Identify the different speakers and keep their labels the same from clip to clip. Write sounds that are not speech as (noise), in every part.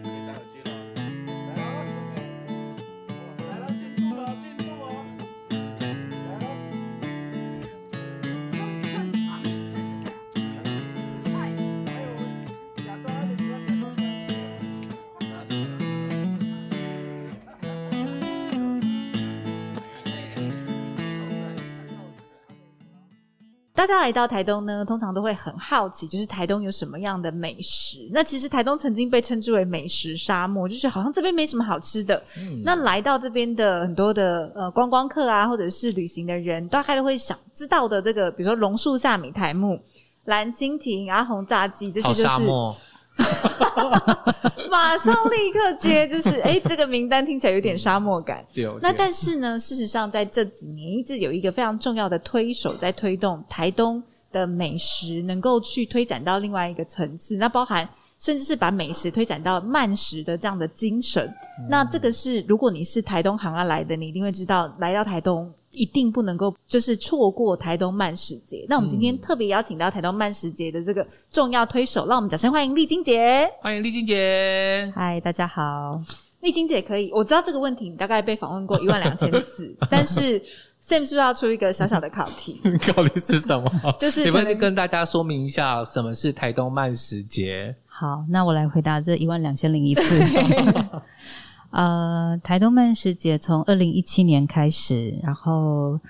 Speaker 1: 戴耳机了，来啊，来了，进入了，进入哦，来了。
Speaker 2: 大家来到台东呢，通常都会很好奇，就是台东有什么样的美食。那其实台东曾经被称之为美食沙漠，就是好像这边没什么好吃的。
Speaker 3: 嗯
Speaker 2: 那来到这边的很多的呃观光客啊，或者是旅行的人，大概都会想知道的这个，比如说榕树下米苔木、蓝蜻蜓、阿红炸鸡，这些
Speaker 3: 好
Speaker 2: 就是
Speaker 3: 沙漠，
Speaker 2: 马上立刻接，就是哎、诶这个名单听起来有点沙漠感。
Speaker 3: 对，
Speaker 2: 那
Speaker 3: 对
Speaker 2: 但是呢，事实上在这几年一直有一个非常重要的推手在推动台东的美食能够去推展到另外一个层次，那包含甚至是把美食推展到慢食的这样的精神。那这个是如果你是台东行啊来的，你一定会知道，来到台东一定不能够就是错过台东慢食节。那我们今天特别邀请到台东慢食节的这个重要推手，让我们掌声欢迎丽晶姐。
Speaker 3: 欢迎丽晶姐。
Speaker 2: 嗨，大家好。丽晶姐可以，我知道这个问题你大概被访问过一万两千
Speaker 3: (laughs)
Speaker 2: 次，但是 Sam 是不是要出一个小小的考题？
Speaker 3: 考虑是什么？
Speaker 2: (laughs) 就是
Speaker 3: 你
Speaker 2: 可
Speaker 3: 们
Speaker 2: 能
Speaker 3: 跟大家说明一下什么是台东慢食节。
Speaker 4: 好，那我来回答这一万两千零一次。呃，台东慢食节从二零一七年开始，然后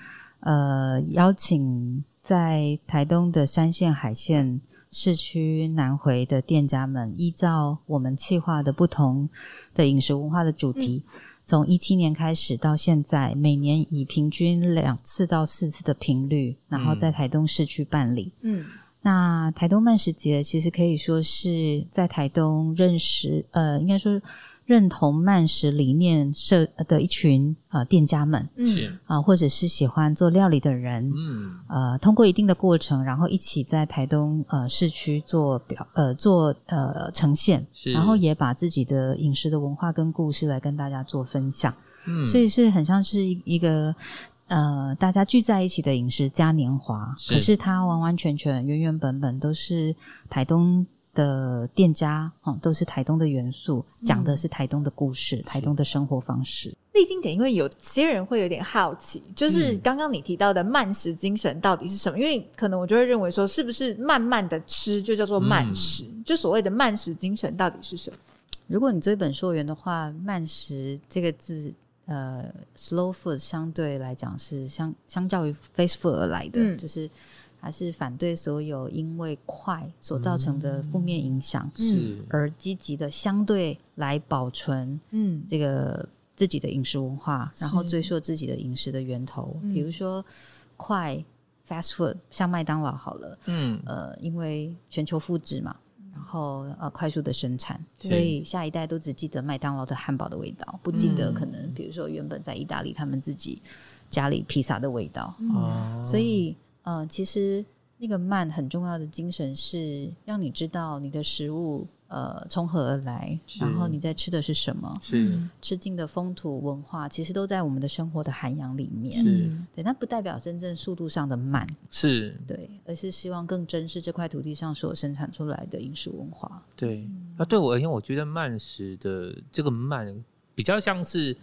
Speaker 4: 呃邀请在台东的山线、海线、市区、南回的店家们，依照我们企划的不同的饮食文化的主题，从一七年开始到现在，每年以平均两次到四次的频率，然后在台东市区办理。
Speaker 2: 嗯，
Speaker 4: 那台东慢食节其实可以说是在台东认识，呃，应该说认同慢食理念社的一群呃店家们
Speaker 2: 嗯，
Speaker 4: 啊、或者是喜欢做料理的人，
Speaker 3: 嗯，
Speaker 4: 呃，通过一定的过程，然后一起在台东呃市区做表呃做呃呈现，
Speaker 3: 是
Speaker 4: 然后也把自己的饮食的文化跟故事来跟大家做分享，
Speaker 3: 嗯
Speaker 4: 所以是很像是一一个。呃，大家聚在一起的饮食嘉年华，
Speaker 3: 是
Speaker 4: 可是它完完全全、原原本本都是台东的店家，哦、都是台东的元素，讲嗯的是台东的故事、台东的生活方式。
Speaker 2: 丽晶姐，因为有些人会有点好奇，就是
Speaker 3: 嗯
Speaker 2: 刚刚你提到的慢食精神到底是什么？因为可能我就会认为说，是不是慢慢的吃就叫做
Speaker 3: 嗯
Speaker 2: 慢食？就所谓的慢食精神到底是什么？
Speaker 4: 如果你追本溯源的话，“慢食”这个字，呃，slow food 相对来讲是相相较于 fast food 而来的，
Speaker 2: 嗯
Speaker 4: 就是它是反对所有因为快所造成的负面影响，
Speaker 3: 是
Speaker 4: 而积极的相对来保存
Speaker 2: 嗯
Speaker 4: 这个自己的饮食文化，然后
Speaker 2: 是
Speaker 4: 追溯自己的饮食的源头，
Speaker 2: 嗯
Speaker 4: 比如说快 fast food，像麦当劳好了。
Speaker 3: 嗯，
Speaker 4: 呃，因为全球复制嘛，然后呃快速的生产，
Speaker 3: 对
Speaker 4: 所以下一代都只记得麦当劳的汉堡的味道，不记得
Speaker 3: 嗯
Speaker 4: 可能比如说原本在意大利他们自己家里披萨的味道。
Speaker 2: 嗯
Speaker 3: 哦
Speaker 4: 所以呃，其实那个慢很重要的精神是让你知道你的食物呃从何而来，
Speaker 3: 是
Speaker 4: 然后你在吃的是什么，
Speaker 3: 是
Speaker 2: 嗯
Speaker 4: 吃进的风土文化，其实都在我们的生活的涵养里面。
Speaker 3: 是
Speaker 4: 对，那不代表真正速度上的慢，
Speaker 3: 是，
Speaker 4: 对，而是希望更珍视这块土地上所生产出来的饮食文化。
Speaker 3: 对啊，对我而言，我觉得慢食的这个慢比较像是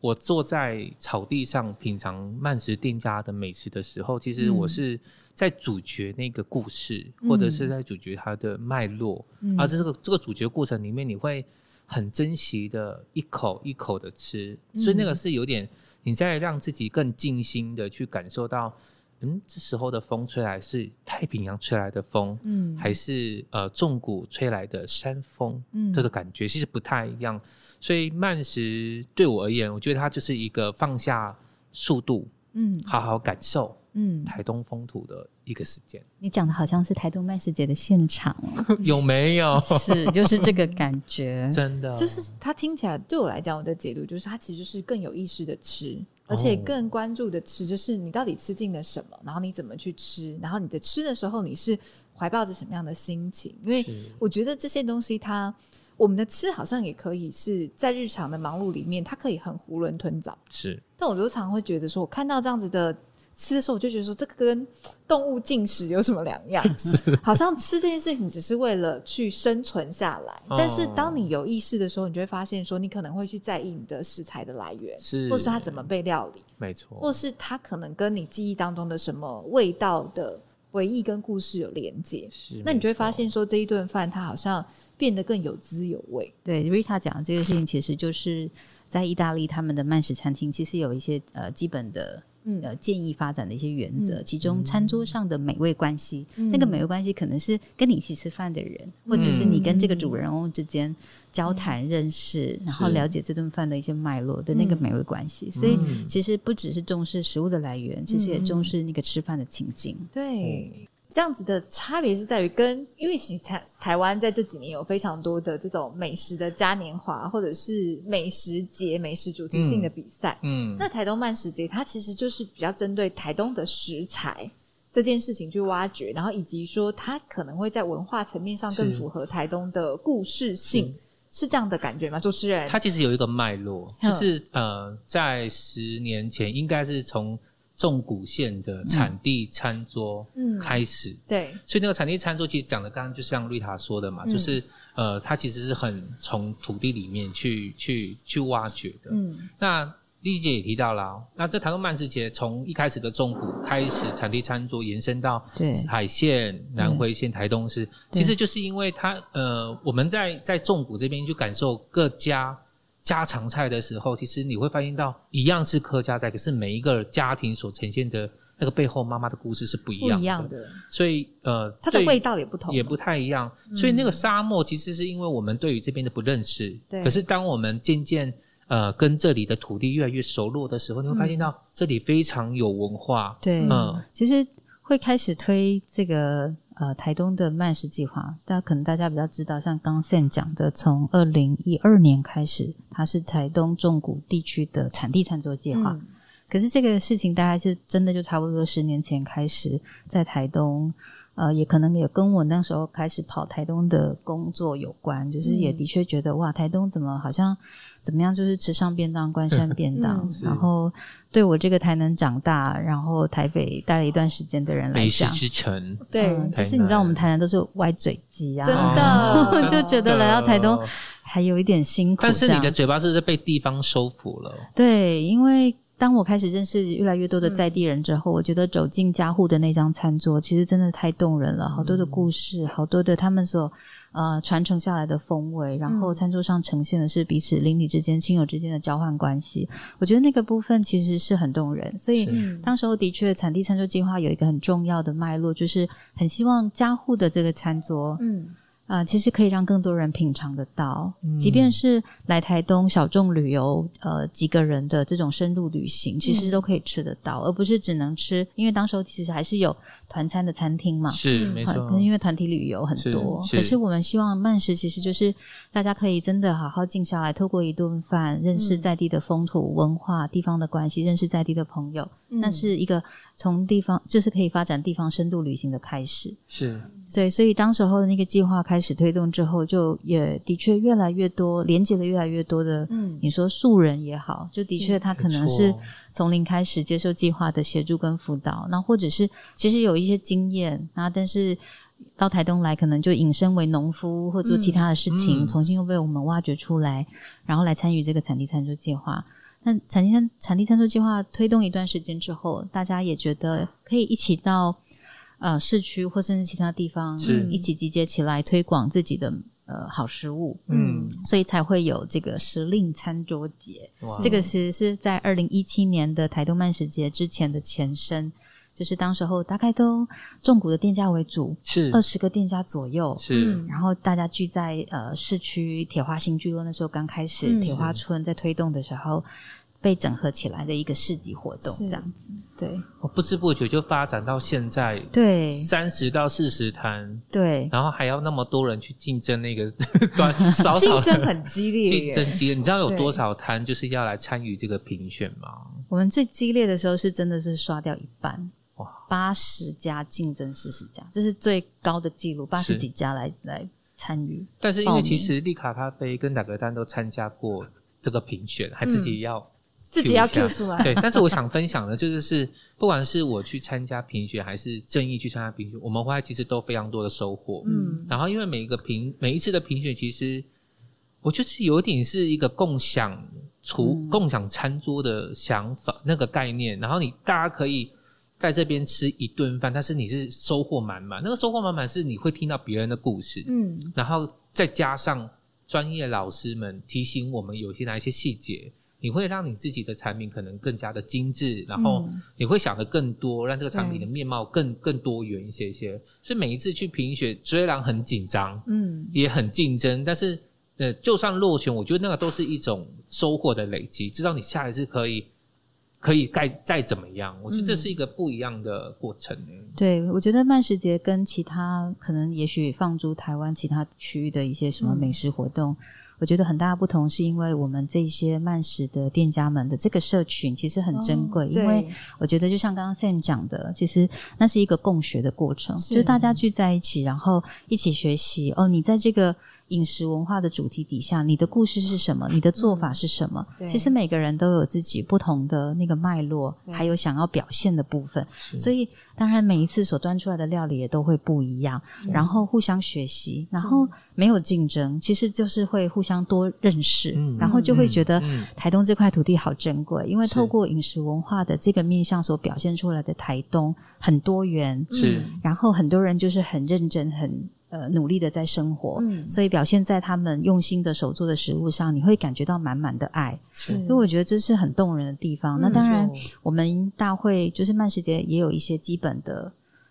Speaker 3: 我坐在草地上品尝慢食店家的美食的时候，其实我
Speaker 4: 嗯
Speaker 3: 是在咀嚼那个故事，或者是在咀嚼它的脉络。
Speaker 2: 嗯
Speaker 3: 而啊这个这个咀嚼过程里面，你会很珍惜的一口一口的吃，所以
Speaker 2: 嗯
Speaker 3: 那个是有点你在让自己更静心的去感受到，嗯，这时候的风吹来是太平洋吹来的风，
Speaker 2: 嗯
Speaker 3: 还是呃重谷吹来的山风，
Speaker 2: 嗯
Speaker 3: 这个感觉其实不太一样。所以慢食对我而言，我觉得它就是一个放下速度，
Speaker 2: 嗯
Speaker 3: 好好感受
Speaker 2: 嗯，
Speaker 3: 台东风土的一个时
Speaker 2: (laughs)
Speaker 3: 间，
Speaker 4: 你讲的好像是台东慢食节的现场哦，
Speaker 3: 有
Speaker 2: (laughs)
Speaker 3: 没有？
Speaker 4: (laughs) 是，就是这个感觉。
Speaker 3: 真的
Speaker 2: 就是它听起来对我来讲，我的解读就是它其实是更有意识的吃，而且更关注的吃，就是你到底吃进了什么，然后你怎么去吃，然后你的吃的时候你是怀抱着什么样的心情？因为
Speaker 3: 是
Speaker 2: 我觉得这些东西它。我们的吃好像也可以是在日常的忙碌里面，它可以很囫囵吞枣。
Speaker 3: 是
Speaker 2: 但我就常会觉得说，我看到这样子的吃的时候，我就觉得说这个跟动物进食有什么两样？啊
Speaker 3: (laughs)
Speaker 2: 好像吃这件事情只是为了去生存下来，
Speaker 3: 哦
Speaker 2: 但是当你有意识的时候，你就会发现说，你可能会去在意你的食材的来源，
Speaker 3: 是，
Speaker 2: 或是它怎么被料理，
Speaker 3: 没错，
Speaker 2: 或是它可能跟你记忆当中的什么味道的回忆跟故事有连接。
Speaker 3: 是
Speaker 2: 那你就会发
Speaker 3: 没错
Speaker 2: 现说，这一顿饭它好像变得更有滋有味。
Speaker 4: 对，Rita 讲的这个事情，其实就是在意大利他们的慢食餐厅，其实有一些呃基本的
Speaker 2: 嗯
Speaker 4: 呃建议发展的一些原则，
Speaker 2: 嗯
Speaker 4: 其中餐桌上的美味关系，
Speaker 2: 嗯
Speaker 4: 那个美味关系可能是跟你一起吃饭的人，或者是你跟这个主
Speaker 2: 嗯
Speaker 4: 人翁之间交谈认识，然后
Speaker 3: 是
Speaker 4: 了解这顿饭的一些脉络的那
Speaker 2: 嗯
Speaker 4: 个美味关系。所以其实不只是重视食物的来源，其实也
Speaker 2: 嗯
Speaker 4: 重视那个吃饭的情境。
Speaker 2: 对，这样子的差别是在于跟，因为其实台台湾在这几年有非常多的这种美食的嘉年华，或者是美食节、美食主题性的比赛。
Speaker 3: 嗯，
Speaker 2: 那台东慢食节，它其实就是比较针对台东的食材这件事情去挖掘，然后以及说它可能会在文化层面上更
Speaker 3: 是
Speaker 2: 符合台东的故事性，是这样的感觉吗？主持人，
Speaker 3: 它其实有一个脉络，
Speaker 2: 嗯
Speaker 3: 就是呃，在十年前应该是从纵谷县的产地餐桌
Speaker 2: 嗯
Speaker 3: 开始，
Speaker 2: 对，
Speaker 3: 所以那个产地餐桌其实讲的刚刚就像绿塔说的嘛，
Speaker 2: 嗯
Speaker 3: 就是呃，它其实是很从土地里面去去去挖掘的。
Speaker 2: 嗯
Speaker 3: 那丽姐也提到了，哦那这台湾慢食节从一开始的重谷开始，产地餐桌延伸到
Speaker 4: 对
Speaker 3: 海线、南回
Speaker 2: 嗯
Speaker 3: 线、台东市，其实就是因为它呃，我们在在重谷这边去感受各家家常菜的时候，其实你会发现到一样是客家菜，可是每一个家庭所呈现的那个背后妈妈的故事是不一
Speaker 2: 不
Speaker 3: 样的，
Speaker 2: 一样的，
Speaker 3: 所以呃，
Speaker 2: 它的
Speaker 3: 对
Speaker 2: 味道也不同，
Speaker 3: 也不太一样。所以那个沙漠其实是因为我们对于这边的不认识，
Speaker 2: 嗯对
Speaker 3: 可是当我们渐渐呃跟这里的土地越来越熟络的时候，你会发
Speaker 2: 嗯
Speaker 3: 现到这里非常有文化。
Speaker 4: 对，
Speaker 3: 嗯
Speaker 4: 其实会开始推这个呃台东的慢食计划，大家可能大家比较知道，像刚宪讲的，从二零一二年开始，它是台东纵谷地区的产地餐桌计划。
Speaker 2: 嗯
Speaker 4: 可是这个事情大概是真的就差不多十年前开始在台东，呃，也可能也跟我那时候开始跑台东的工作有关，就是
Speaker 3: 嗯
Speaker 4: 也的确觉得、哇，台东怎么好像怎么样，就是吃上便当、关山便当，
Speaker 2: 嗯
Speaker 3: (laughs)
Speaker 4: 然后对我这个台南长大，然后台北待了一段时间的人来
Speaker 3: 美食
Speaker 4: 讲，
Speaker 3: 之城，
Speaker 2: 对，
Speaker 4: 嗯，
Speaker 3: 台
Speaker 4: 就
Speaker 3: 南
Speaker 4: 是你知道我们台南都是歪嘴鸡啊，
Speaker 2: 真的
Speaker 3: 哦
Speaker 2: (laughs) 我
Speaker 4: (laughs) 就觉得来到台东，还有一点辛苦这
Speaker 3: 但
Speaker 4: 样。
Speaker 3: 是你的嘴巴是不是被地方收服了？
Speaker 4: 对，因为当我开始认识越来越多的在地人之后，我觉得走进家户的那张餐桌，其实真的太动人了，好多的故事，好多的他们所呃传承下来的风味，然后
Speaker 2: 嗯
Speaker 4: 餐桌上呈现的是彼此邻里之间、亲友之间的交换关系。我觉得那个部分其实是很动人，所以
Speaker 3: 是
Speaker 2: 嗯
Speaker 4: 当时候的确，产地餐桌计划有一个很重要的脉络，就是很希望家户的这个餐桌，
Speaker 2: 嗯
Speaker 4: 啊、其实可以让更多人品尝得到，
Speaker 3: 嗯
Speaker 4: 即便是来台东小众旅游，呃，几个人的这种深入旅行，其
Speaker 2: 嗯
Speaker 4: 实都可以吃得到，而不是只能吃，因为当时候其实还是有团餐的餐厅嘛。
Speaker 3: 是
Speaker 2: 嗯
Speaker 3: 没
Speaker 4: 啊
Speaker 3: 错
Speaker 4: 可，是因为团体旅游很多，
Speaker 3: 是是
Speaker 4: 可是我们希望慢食其实就是大家可以真的好好静下来，透过一顿饭认识
Speaker 2: 嗯
Speaker 4: 在地的风土文化、地方的关系，认识在地的朋友，
Speaker 2: 嗯
Speaker 4: 那是一个从地方就是可以发展地方深度旅行的开始。
Speaker 3: 是
Speaker 4: 对，所以当时候的那个计划开始推动之后，就也的确越来越多，连接了越来越多的，
Speaker 2: 嗯
Speaker 4: 你说素人也好，就的确他可能是
Speaker 3: 没错
Speaker 4: 从零开始接受计划的协助跟辅导，那或者是其实有一些经验，啊，但是到台东来可能就引申为农夫或做其他的事情，
Speaker 3: 嗯嗯
Speaker 4: 重新又被我们挖掘出来，然后来参与这个产地餐桌计划。那产地餐产地餐桌计划推动一段时间之后，大家也觉得可以一起到呃市区或甚至其他地方
Speaker 3: 是
Speaker 4: 一起集结起来推广自己的呃好食物，
Speaker 3: 嗯，
Speaker 4: 所以才会有这个时令餐桌节。
Speaker 3: 哇
Speaker 4: 这个其实是在二零一七年的台东慢食节之前的前身，就是当时候大概都重谷的店家为主，
Speaker 3: 是
Speaker 4: 二十个店家左右。
Speaker 3: 是
Speaker 2: 嗯
Speaker 4: 然后大家聚在呃市区铁花新聚落，那时候刚开始、
Speaker 2: 嗯
Speaker 4: 铁花村在推动的时候，被整合起来的一个市集活动，
Speaker 2: 是
Speaker 4: 这样子。对
Speaker 3: 我哦不知不觉就发展到现在
Speaker 4: 对
Speaker 3: 三十到四十摊，
Speaker 4: 对，
Speaker 3: 然后还要那么多人去竞争那个短少
Speaker 2: 竞
Speaker 3: 少
Speaker 2: 争
Speaker 3: 的
Speaker 2: 很激烈耶，
Speaker 3: 竞争激烈，你知道有
Speaker 2: 对
Speaker 3: 多少摊就是要来参与这个评选吗？
Speaker 4: 我们最激烈的时候是真的是刷掉一半，
Speaker 3: 哇
Speaker 4: 八十家竞争四十家，这是最高的记录，八十
Speaker 3: 是
Speaker 4: 几家来来参与。
Speaker 3: 但是因为其实利卡咖啡跟哪个摊都参加过这个评选，还自己要
Speaker 2: 嗯自己要
Speaker 3: cue
Speaker 2: Q
Speaker 3: 一下
Speaker 2: 出
Speaker 3: (laughs)
Speaker 2: 来。
Speaker 3: 对，但是我想分享的就是是，不管是我去参加评选，还是正义去参加评选，我们回来其实都非常多的收获。
Speaker 2: 嗯
Speaker 3: 然后因为每一个评每一次的评选，其实我就是有点是一个共享厨、共享餐桌的想法那个概念，然后你大家可以。在这边吃一顿饭，但是你是收获满满。那个收获满满是你会听到别人的故事，
Speaker 2: 嗯
Speaker 3: 然后再加上专业老师们提醒我们有些哪一些细节，你会让你自己的产品可能更加的精致，然后
Speaker 4: 嗯
Speaker 3: 你会想的更多，让这个产品的面貌更更多元一些些。所以每一次去评选，虽然很紧张，
Speaker 2: 嗯
Speaker 3: 也很竞争，但是呃，就算落选，我觉得那个都是一种收获的累积，知道你下一次可以。可以再再怎么样？我觉得
Speaker 4: 嗯
Speaker 3: 这是一个不一样的过程、欸
Speaker 4: 对，我觉得慢食节跟其他可能，也许放逐台湾其他区域的一些什么
Speaker 2: 嗯
Speaker 4: 美食活动，我觉得很大的不同，是因为我们这些慢食的店家们的这个社群其实很珍贵，
Speaker 2: 哦
Speaker 4: 因为
Speaker 2: 对
Speaker 4: 我觉得就像刚刚 Sam 讲的，其实那是一个共学的过程，
Speaker 2: 是
Speaker 4: 就是大家聚在一起，然后一起学习。哦，你在这个饮食文化的主题底下，你的故事是什么？你的做法是什么？
Speaker 2: 嗯对
Speaker 4: 其实每个人都有自己不同的那个脉络，
Speaker 2: 对
Speaker 4: 还有想要表现的部分。所以，当然每一次所端出来的料理也都会不一样，然后互相学习，然后没有竞争，其实就是会互相多认识，
Speaker 3: 嗯
Speaker 4: 然后就会
Speaker 3: 嗯
Speaker 4: 觉得。
Speaker 3: 嗯，
Speaker 4: 台东这块土地好珍贵，因为
Speaker 3: 是
Speaker 4: 透过饮食文化的这个面向所表现出来的台东很多元，
Speaker 3: 是
Speaker 4: 然后很多人就是很认真、很呃努力的在生活，
Speaker 2: 嗯
Speaker 4: 所以表现在他们用心的手做的食物上，你会感觉到满满的爱，
Speaker 2: 是
Speaker 4: 所以我觉得这是很动人的地方。
Speaker 2: 嗯
Speaker 4: 那当然
Speaker 3: 没，
Speaker 4: 我们大会就是慢食节也有一些基本的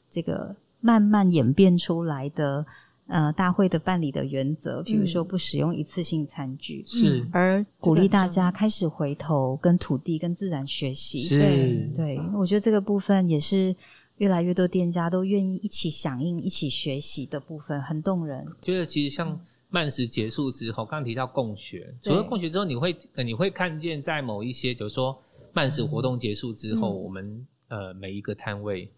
Speaker 4: 这个慢慢演变出来的。呃，大会的办理的原则，比如说不使用一次性餐具，
Speaker 3: 是
Speaker 4: 而
Speaker 2: 嗯
Speaker 4: 鼓
Speaker 2: 这个
Speaker 4: 励
Speaker 2: 很
Speaker 4: 大
Speaker 2: 重
Speaker 4: 家
Speaker 2: 要
Speaker 4: 开始回头跟土地、跟自然学习。
Speaker 3: 是，
Speaker 4: 对，我觉得这个部分也是越来越多店家都愿意一起响应、一起学习的部分，很动人。
Speaker 3: 觉得其实像慢食结束之后，刚刚提到共学，
Speaker 2: 对
Speaker 3: 除了共学之后，你会、呃、你会看见在某一些，比如说慢食活动结束之后，
Speaker 2: 嗯
Speaker 3: 我们呃每一个摊位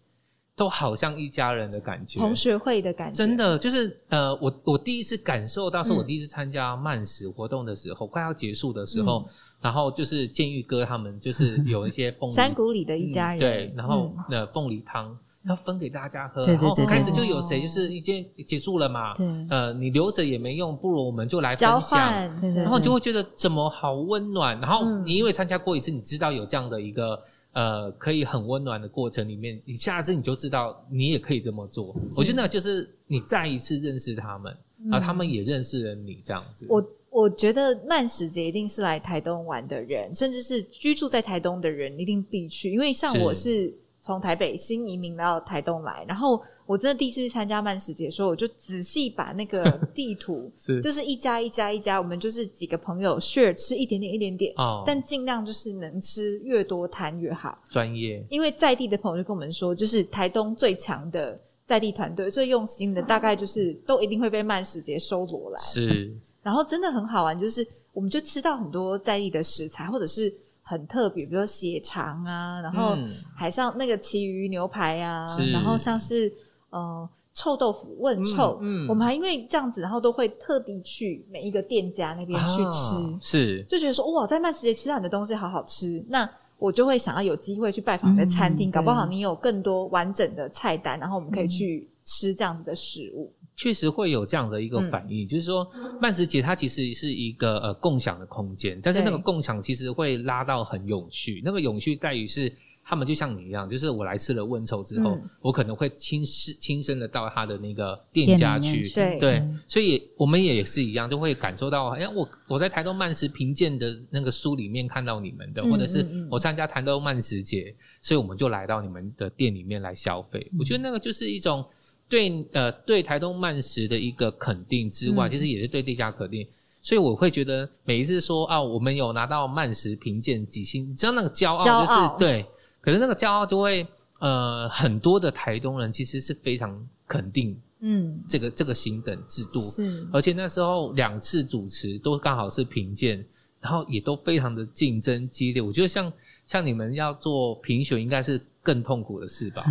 Speaker 3: 都好像一家人的感觉。
Speaker 2: 同学会的感觉，
Speaker 3: 真的就是呃，我我第一次感受到，是我
Speaker 2: 嗯
Speaker 3: 第一次参加慢食活动的时候，快要结束的时候，
Speaker 2: 嗯
Speaker 3: 然后就是监狱哥他们就是
Speaker 2: (laughs)
Speaker 3: 有一些凤梨
Speaker 2: 山谷里的一家
Speaker 3: 嗯
Speaker 2: 人，
Speaker 3: 对，然后
Speaker 2: 嗯
Speaker 3: 那凤梨汤，要分给大家喝，
Speaker 4: 对对
Speaker 3: 然后
Speaker 4: 对对
Speaker 3: 开始就有
Speaker 2: 哦
Speaker 3: 谁就是已经结束了嘛，
Speaker 4: 对
Speaker 3: 呃，你留着也没用，不如我们就来分
Speaker 2: 交
Speaker 3: 享。
Speaker 2: 换，
Speaker 4: 对对对
Speaker 3: 然后你就会觉得怎么好温暖，然后
Speaker 2: 嗯
Speaker 3: 你因为参加过一次，你知道有这样的一个呃可以很温暖的过程里面，你下次你就知道你也可以这么做。我觉得那就是你再一次认识他们，然后他们也认识了你这样子。
Speaker 2: 嗯我我觉得慢食节一定是来台东玩的人，甚至是居住在台东的人一定必去，因为像
Speaker 3: 是
Speaker 2: 我是从台北新移民到台东来，然后我真的第一次去参加慢食节的时候，我就仔细把那个地图，
Speaker 3: 是
Speaker 2: 就是一家一家一家，我们就是几个朋友 share 吃一点点一点点，
Speaker 3: 哦，
Speaker 2: 但尽量就是能吃越多摊越好。
Speaker 3: 专业
Speaker 2: 因为在地的朋友就跟我们说，就是台东最强的在地团队、最用心的，大概就是都一定会被慢食节收罗来。
Speaker 3: 是
Speaker 2: 然后真的很好玩，就是我们就吃到很多在地的食材，或者是很特别，比如说血肠啊，然后
Speaker 3: 嗯
Speaker 2: 海上那个旗鱼牛排啊
Speaker 3: 是，
Speaker 2: 然后像是呃臭豆腐、问臭，
Speaker 3: 嗯嗯
Speaker 2: 我们还因为这样子，然后都会特地去每一个店家那边去吃。
Speaker 3: 啊是
Speaker 2: 就觉得说哇，在慢食节吃到你的东西好好吃，那我就会想要有机会去拜访你的餐厅，
Speaker 4: 嗯
Speaker 2: 搞不好
Speaker 4: 对
Speaker 2: 你有更多完整的菜单，然后我们可以去吃这样子的食物。
Speaker 3: 确实会有这样的一个
Speaker 2: 嗯
Speaker 3: 反应，就是说慢食节它其实是一个呃共享的空间，但是那个
Speaker 2: 对
Speaker 3: 共享其实会拉到很永续，那个永续在于是。他们就像你一样，就是我来吃了问臭之后，
Speaker 2: 嗯
Speaker 3: 我可能会亲身亲身的到他的那个店家
Speaker 4: 店里
Speaker 3: 去
Speaker 4: 面，
Speaker 2: 对嗯
Speaker 3: 对，所以我们也是一样，就会感受到，哎，我我在台东慢食评鉴的那个书里面看到你们的，
Speaker 2: 嗯
Speaker 3: 或者是
Speaker 2: 嗯嗯
Speaker 3: 我参加台东慢食节，所以我们就来到你们的店里面来消费。我觉得那个就是一种对呃对台东慢食的一个肯定之外，
Speaker 2: 嗯
Speaker 3: 其实也是对店家肯定。所以我会觉得每一次说啊，我们有拿到慢食评鉴几星，你知道那个骄
Speaker 2: 骄
Speaker 3: 傲
Speaker 2: 傲
Speaker 3: 就是对，可是那个骄傲就会呃很多的台东人其实是非常肯定
Speaker 2: 嗯，
Speaker 3: 这个这个行等制度，
Speaker 2: 是
Speaker 3: 而且那时候两次主持都刚好是评鉴，然后也都非常的竞争激烈。我觉得像像你们要做评选，应该是更痛苦的事吧？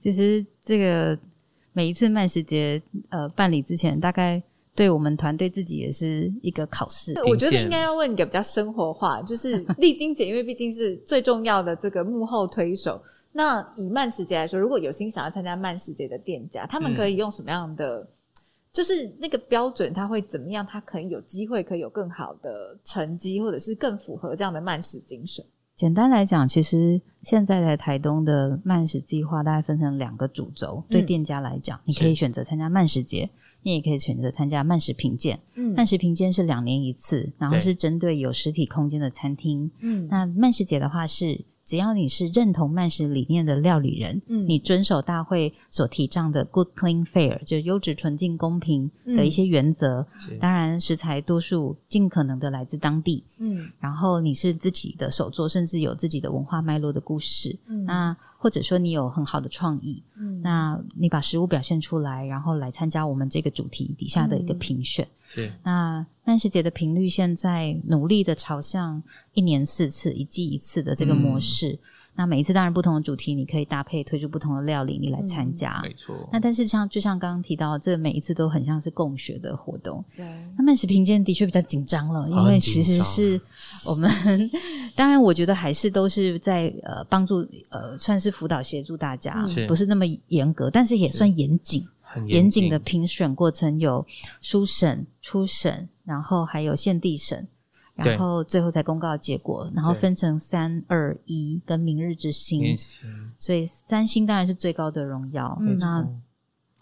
Speaker 4: 其实这个每一次慢食节呃办理之前，大概对我们团队自己也是一个考试。
Speaker 2: 对，我觉得
Speaker 3: 评鉴
Speaker 2: 应该要问一个比较生活化，就是丽晶姐，因为毕竟是最重要的这个幕后推手。那以慢食节来说，如果有心想要参加慢食节的店家，他们
Speaker 3: 嗯
Speaker 2: 可以用什么样的？就是那个标准，他会怎么样？他可以有机会，可以有更好的成绩，或者是更符合这样的慢食精神。
Speaker 4: 简单来讲，其实现在的台东的慢食计划大概分成两个主轴。对
Speaker 2: 嗯
Speaker 4: 店家来讲，你
Speaker 3: 是
Speaker 4: 可以选择参加慢食节，你也可以选择参加慢食评鉴。
Speaker 2: 嗯
Speaker 4: 慢食评鉴是两年一次，然后
Speaker 3: 对
Speaker 4: 是针对有实体空间的餐厅。
Speaker 2: 嗯
Speaker 4: 那慢食节的话是，只要你是认同慢食理念的料理人，
Speaker 2: 嗯
Speaker 4: 你遵守大会所提倡的 “good, clean, fair”，就是优质、纯净、公平的
Speaker 2: 嗯
Speaker 4: 一些原则。
Speaker 3: 是
Speaker 4: 当然，食材多数尽可能的来自当地，
Speaker 2: 嗯
Speaker 4: 然后你是自己的手作，甚至有自己的文化脉络的故事。
Speaker 2: 嗯
Speaker 4: 那或者说你有很好的创意，
Speaker 2: 嗯
Speaker 4: 那你把食物表现出来，然后来参加我们这个主题底下的一个
Speaker 2: 嗯
Speaker 4: 评选。
Speaker 3: 是
Speaker 4: 那慢食节的频率现在努力的朝向一年四次、一季一次的这个模式。
Speaker 3: 嗯
Speaker 4: 那每一次当然不同的主题，你可以搭配推出不同的料理，你来参加。
Speaker 3: 嗯没错。
Speaker 4: 那但是像就像刚刚提到，这每一次都很像是共学的活动。
Speaker 2: 对
Speaker 4: 那慢食评鉴的确比较紧张了，因
Speaker 3: 啊很
Speaker 4: 为
Speaker 3: 紧
Speaker 4: 其实
Speaker 3: 张
Speaker 4: 是我们， (laughs) 当然我觉得还是都是在呃帮助呃算是辅导协助大家，
Speaker 3: 是
Speaker 4: 不是那么严格，但是也算严谨。
Speaker 3: 很
Speaker 4: 严
Speaker 3: 谨
Speaker 4: 谨的评选过程有初审、初审，然后还有县地审，
Speaker 3: 对
Speaker 4: 然后最后才公告结果，然后
Speaker 3: 对
Speaker 4: 分成三二一跟明日之
Speaker 3: 年
Speaker 4: 星，
Speaker 3: 轻，
Speaker 4: 所以三星当然是最高的荣耀。
Speaker 3: 没
Speaker 4: 嗯那
Speaker 3: 错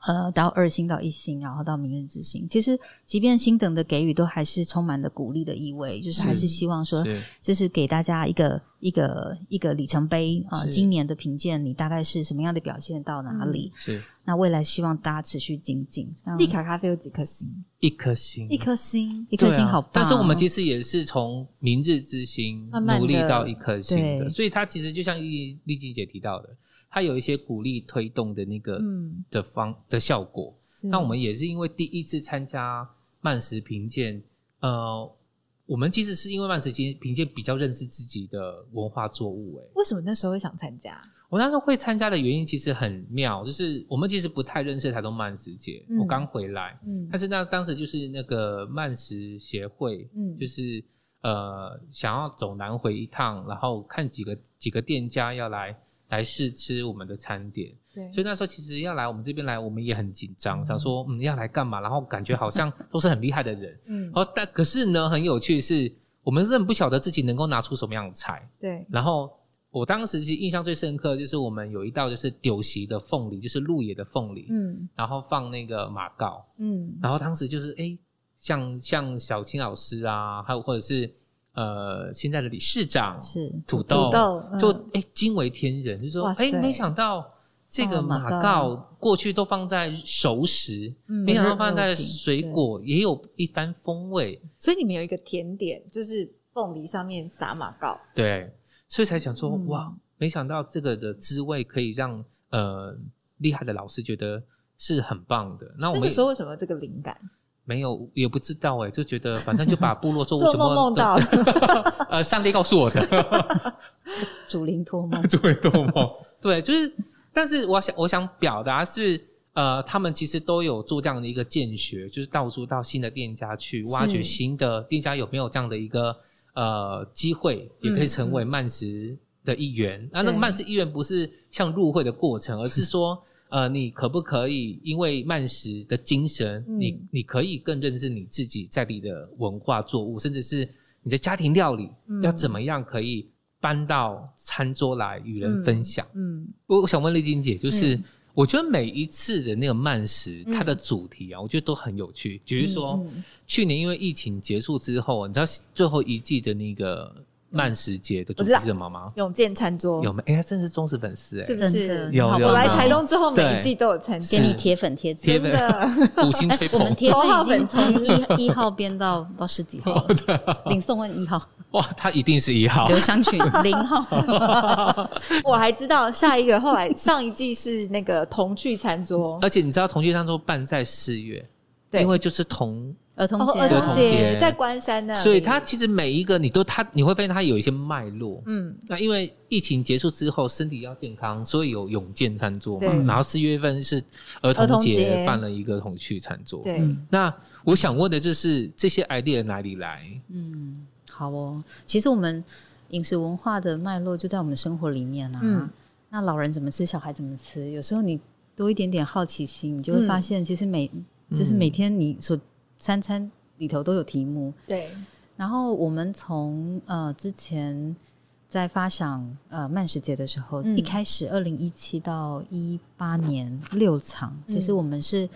Speaker 4: 呃，到二星到一星，然后到明日之星，其实即便星等的给予都还是充满了鼓励的意味，就是还是
Speaker 3: 是
Speaker 4: 希望说
Speaker 3: 是
Speaker 4: 这是给大家一个一个一个里程碑啊、呃
Speaker 3: 是
Speaker 4: 今年的评鉴你大概是什么样的表现到哪里？
Speaker 3: 是
Speaker 4: 那未来希望大家持续精进。那
Speaker 2: 丽卡咖啡有几颗星？
Speaker 3: 一颗星，
Speaker 2: 一颗星。
Speaker 4: 一颗
Speaker 3: 对
Speaker 4: 星
Speaker 3: 啊
Speaker 4: 好棒哦、
Speaker 3: 但是我们其实也是从明日之星
Speaker 2: 慢慢地
Speaker 3: 努力到一颗星
Speaker 4: 对
Speaker 3: 的，所以它其实就像丽丽静姐提到的，它有一些鼓励推动的那个
Speaker 2: 嗯，
Speaker 3: 的方的效果。
Speaker 4: 嗯
Speaker 2: 是
Speaker 3: 那我们也是因为第一次参加慢食评鉴，呃，我们其实是因为慢食评评鉴比较认识自己的文化作物、欸。
Speaker 2: 为什么那时候会想参加？
Speaker 3: 我那时候会参加的原因其实很妙，就是我们其实不太认识台东慢食节，
Speaker 2: 嗯
Speaker 3: 我刚回来，
Speaker 2: 嗯
Speaker 3: 但是那当时就是那个慢食协会，
Speaker 2: 嗯
Speaker 3: 就是呃想要走南回一趟，然后看几个几个店家要来来试吃我们的餐点，
Speaker 2: 对
Speaker 3: 所以那时候其实要来我们这边来，我们也很紧张，想说嗯要来干嘛，然后感觉好像都是很厉害
Speaker 2: (laughs)
Speaker 3: 的人，
Speaker 2: 嗯，
Speaker 3: 哦，但可是呢很有趣是，我们是很不晓得自己能够拿出什么样的菜，
Speaker 2: 对，
Speaker 3: 然后我当时其实印象最深刻就是我们有一道就是酒席的凤梨，就是鹿野的凤梨，
Speaker 2: 嗯
Speaker 3: 然后放那个马告，
Speaker 2: 嗯
Speaker 3: 然后当时就是哎、诶像像小青老师啊，还有或者是呃现在的理事长
Speaker 4: 是
Speaker 3: 土
Speaker 2: 土
Speaker 3: 豆，
Speaker 2: 豆
Speaker 3: 就
Speaker 2: 嗯
Speaker 3: 哎、诶惊为天人，就说
Speaker 2: 哇
Speaker 3: 哎、
Speaker 2: 塞
Speaker 3: 没想到这个
Speaker 4: 放了马
Speaker 3: 马
Speaker 4: 告
Speaker 3: 告过去都放在熟食，
Speaker 2: 嗯
Speaker 3: 没想
Speaker 4: 肉
Speaker 3: 到放在
Speaker 4: 肉品
Speaker 3: 水
Speaker 4: 对
Speaker 3: 果也有一番风味，
Speaker 2: 所以你们有一个甜点，就是凤梨上面撒马告，
Speaker 3: 对，所以才想说、
Speaker 2: 嗯
Speaker 3: 哇，没想到这个的滋味可以让呃厉害的老师觉得是很棒的。那我
Speaker 2: 那
Speaker 3: 们
Speaker 2: 个
Speaker 3: 也
Speaker 2: 时候为什么有这个灵感？
Speaker 3: 没有也不知道哎、就觉得反正就把部
Speaker 2: (laughs)
Speaker 3: 落作物
Speaker 2: 做
Speaker 3: 全部
Speaker 2: 梦梦到
Speaker 3: (laughs) 呃，上帝告诉我的，
Speaker 4: 主灵
Speaker 2: (laughs)
Speaker 4: 托梦
Speaker 3: 就会做梦。 (laughs) 对，就是，但是我想我想表达是，呃，他们其实都有做这样的一个见学，就是到处到新的店家去挖掘
Speaker 2: 是
Speaker 3: 新的店家有没有这样的一个呃机会，也可以成为慢食的一员。那那个
Speaker 2: 嗯对
Speaker 3: 慢食一员不是像入会的过程，
Speaker 2: (laughs)
Speaker 3: 而是说。呃，你可不可以因为慢食的精神，
Speaker 2: 嗯
Speaker 3: 你你可以更认识你自己在地的文化作物，甚至是你的家庭料理、
Speaker 2: 嗯
Speaker 3: 要怎么样可以搬到餐桌来与人分享？
Speaker 2: 嗯
Speaker 3: 我、我想问丽晶姐，就是、
Speaker 2: 嗯
Speaker 3: 我觉得每一次的那个慢食，
Speaker 2: 嗯
Speaker 3: 它的主题啊，我觉得都很有趣。比如说、
Speaker 2: 嗯嗯
Speaker 3: 去年因为疫情结束之后，你知道最后一季的那个慢食节的
Speaker 2: 嗯
Speaker 3: 主题
Speaker 2: 我知道
Speaker 3: 是什么吗？
Speaker 2: 永健餐桌
Speaker 3: 有没？哎、她真是忠实粉丝哎、
Speaker 2: 是不
Speaker 4: (laughs) 真
Speaker 2: 是
Speaker 4: 的？
Speaker 3: 有
Speaker 4: 好
Speaker 3: 有
Speaker 2: 我来
Speaker 3: 有
Speaker 2: 台东之后，每
Speaker 3: 对
Speaker 2: 一季都有参加
Speaker 4: 给，你
Speaker 3: 是
Speaker 4: 铁粉贴纸哎
Speaker 3: 贴
Speaker 2: 真
Speaker 3: 粉
Speaker 2: 的
Speaker 3: 五星吹
Speaker 2: (laughs)
Speaker 4: 我
Speaker 3: 捧
Speaker 4: 们，贴
Speaker 2: 头号
Speaker 4: 粉已经
Speaker 2: 粉
Speaker 4: 从一一号编到不知道十几
Speaker 3: (laughs)
Speaker 4: 号了，
Speaker 3: 啊
Speaker 4: 领送问一号
Speaker 3: 哇，他一定是一号
Speaker 4: 刘，
Speaker 3: (laughs)
Speaker 4: 湘群零
Speaker 2: (laughs)
Speaker 4: 号，
Speaker 2: 我还知道下一个，后来上一季是那个童趣餐桌，
Speaker 3: 而且你知道同学当中办在四月，
Speaker 2: 对
Speaker 3: 因为就是同
Speaker 4: 儿童
Speaker 2: 哦
Speaker 4: 节
Speaker 2: 儿
Speaker 3: 儿
Speaker 2: 童
Speaker 3: 童
Speaker 4: 啊，
Speaker 2: 节
Speaker 3: 节
Speaker 2: 在关山那里，
Speaker 3: 所以它其实每一个你都它你会发现它有一些脉络。
Speaker 2: 嗯
Speaker 3: 那因为疫情结束之后，身体要健康，所以有永健餐桌嘛
Speaker 2: 对。
Speaker 3: 然后四月份是儿
Speaker 2: 儿童
Speaker 3: 童
Speaker 2: 节
Speaker 3: 节，办了一个童趣餐桌。
Speaker 2: 对
Speaker 4: 嗯
Speaker 3: 那我想问的就是这些 idea 哪里来？ (laughs)
Speaker 4: 嗯，好哦。其实我们饮食文化的脉络就在我们的生活里面啊。
Speaker 2: 嗯
Speaker 4: 那老人怎么吃，小孩怎么吃，有时候你多一点点好奇心，你
Speaker 3: 嗯
Speaker 4: 就会发现，其实每、就是每天你所三餐里头都有题目。
Speaker 2: 对
Speaker 4: 然后我们从呃之前在发想呃慢食节的时候，
Speaker 2: 嗯
Speaker 4: 一开始二零一七到一八年六场，其实
Speaker 2: 嗯
Speaker 4: 我们是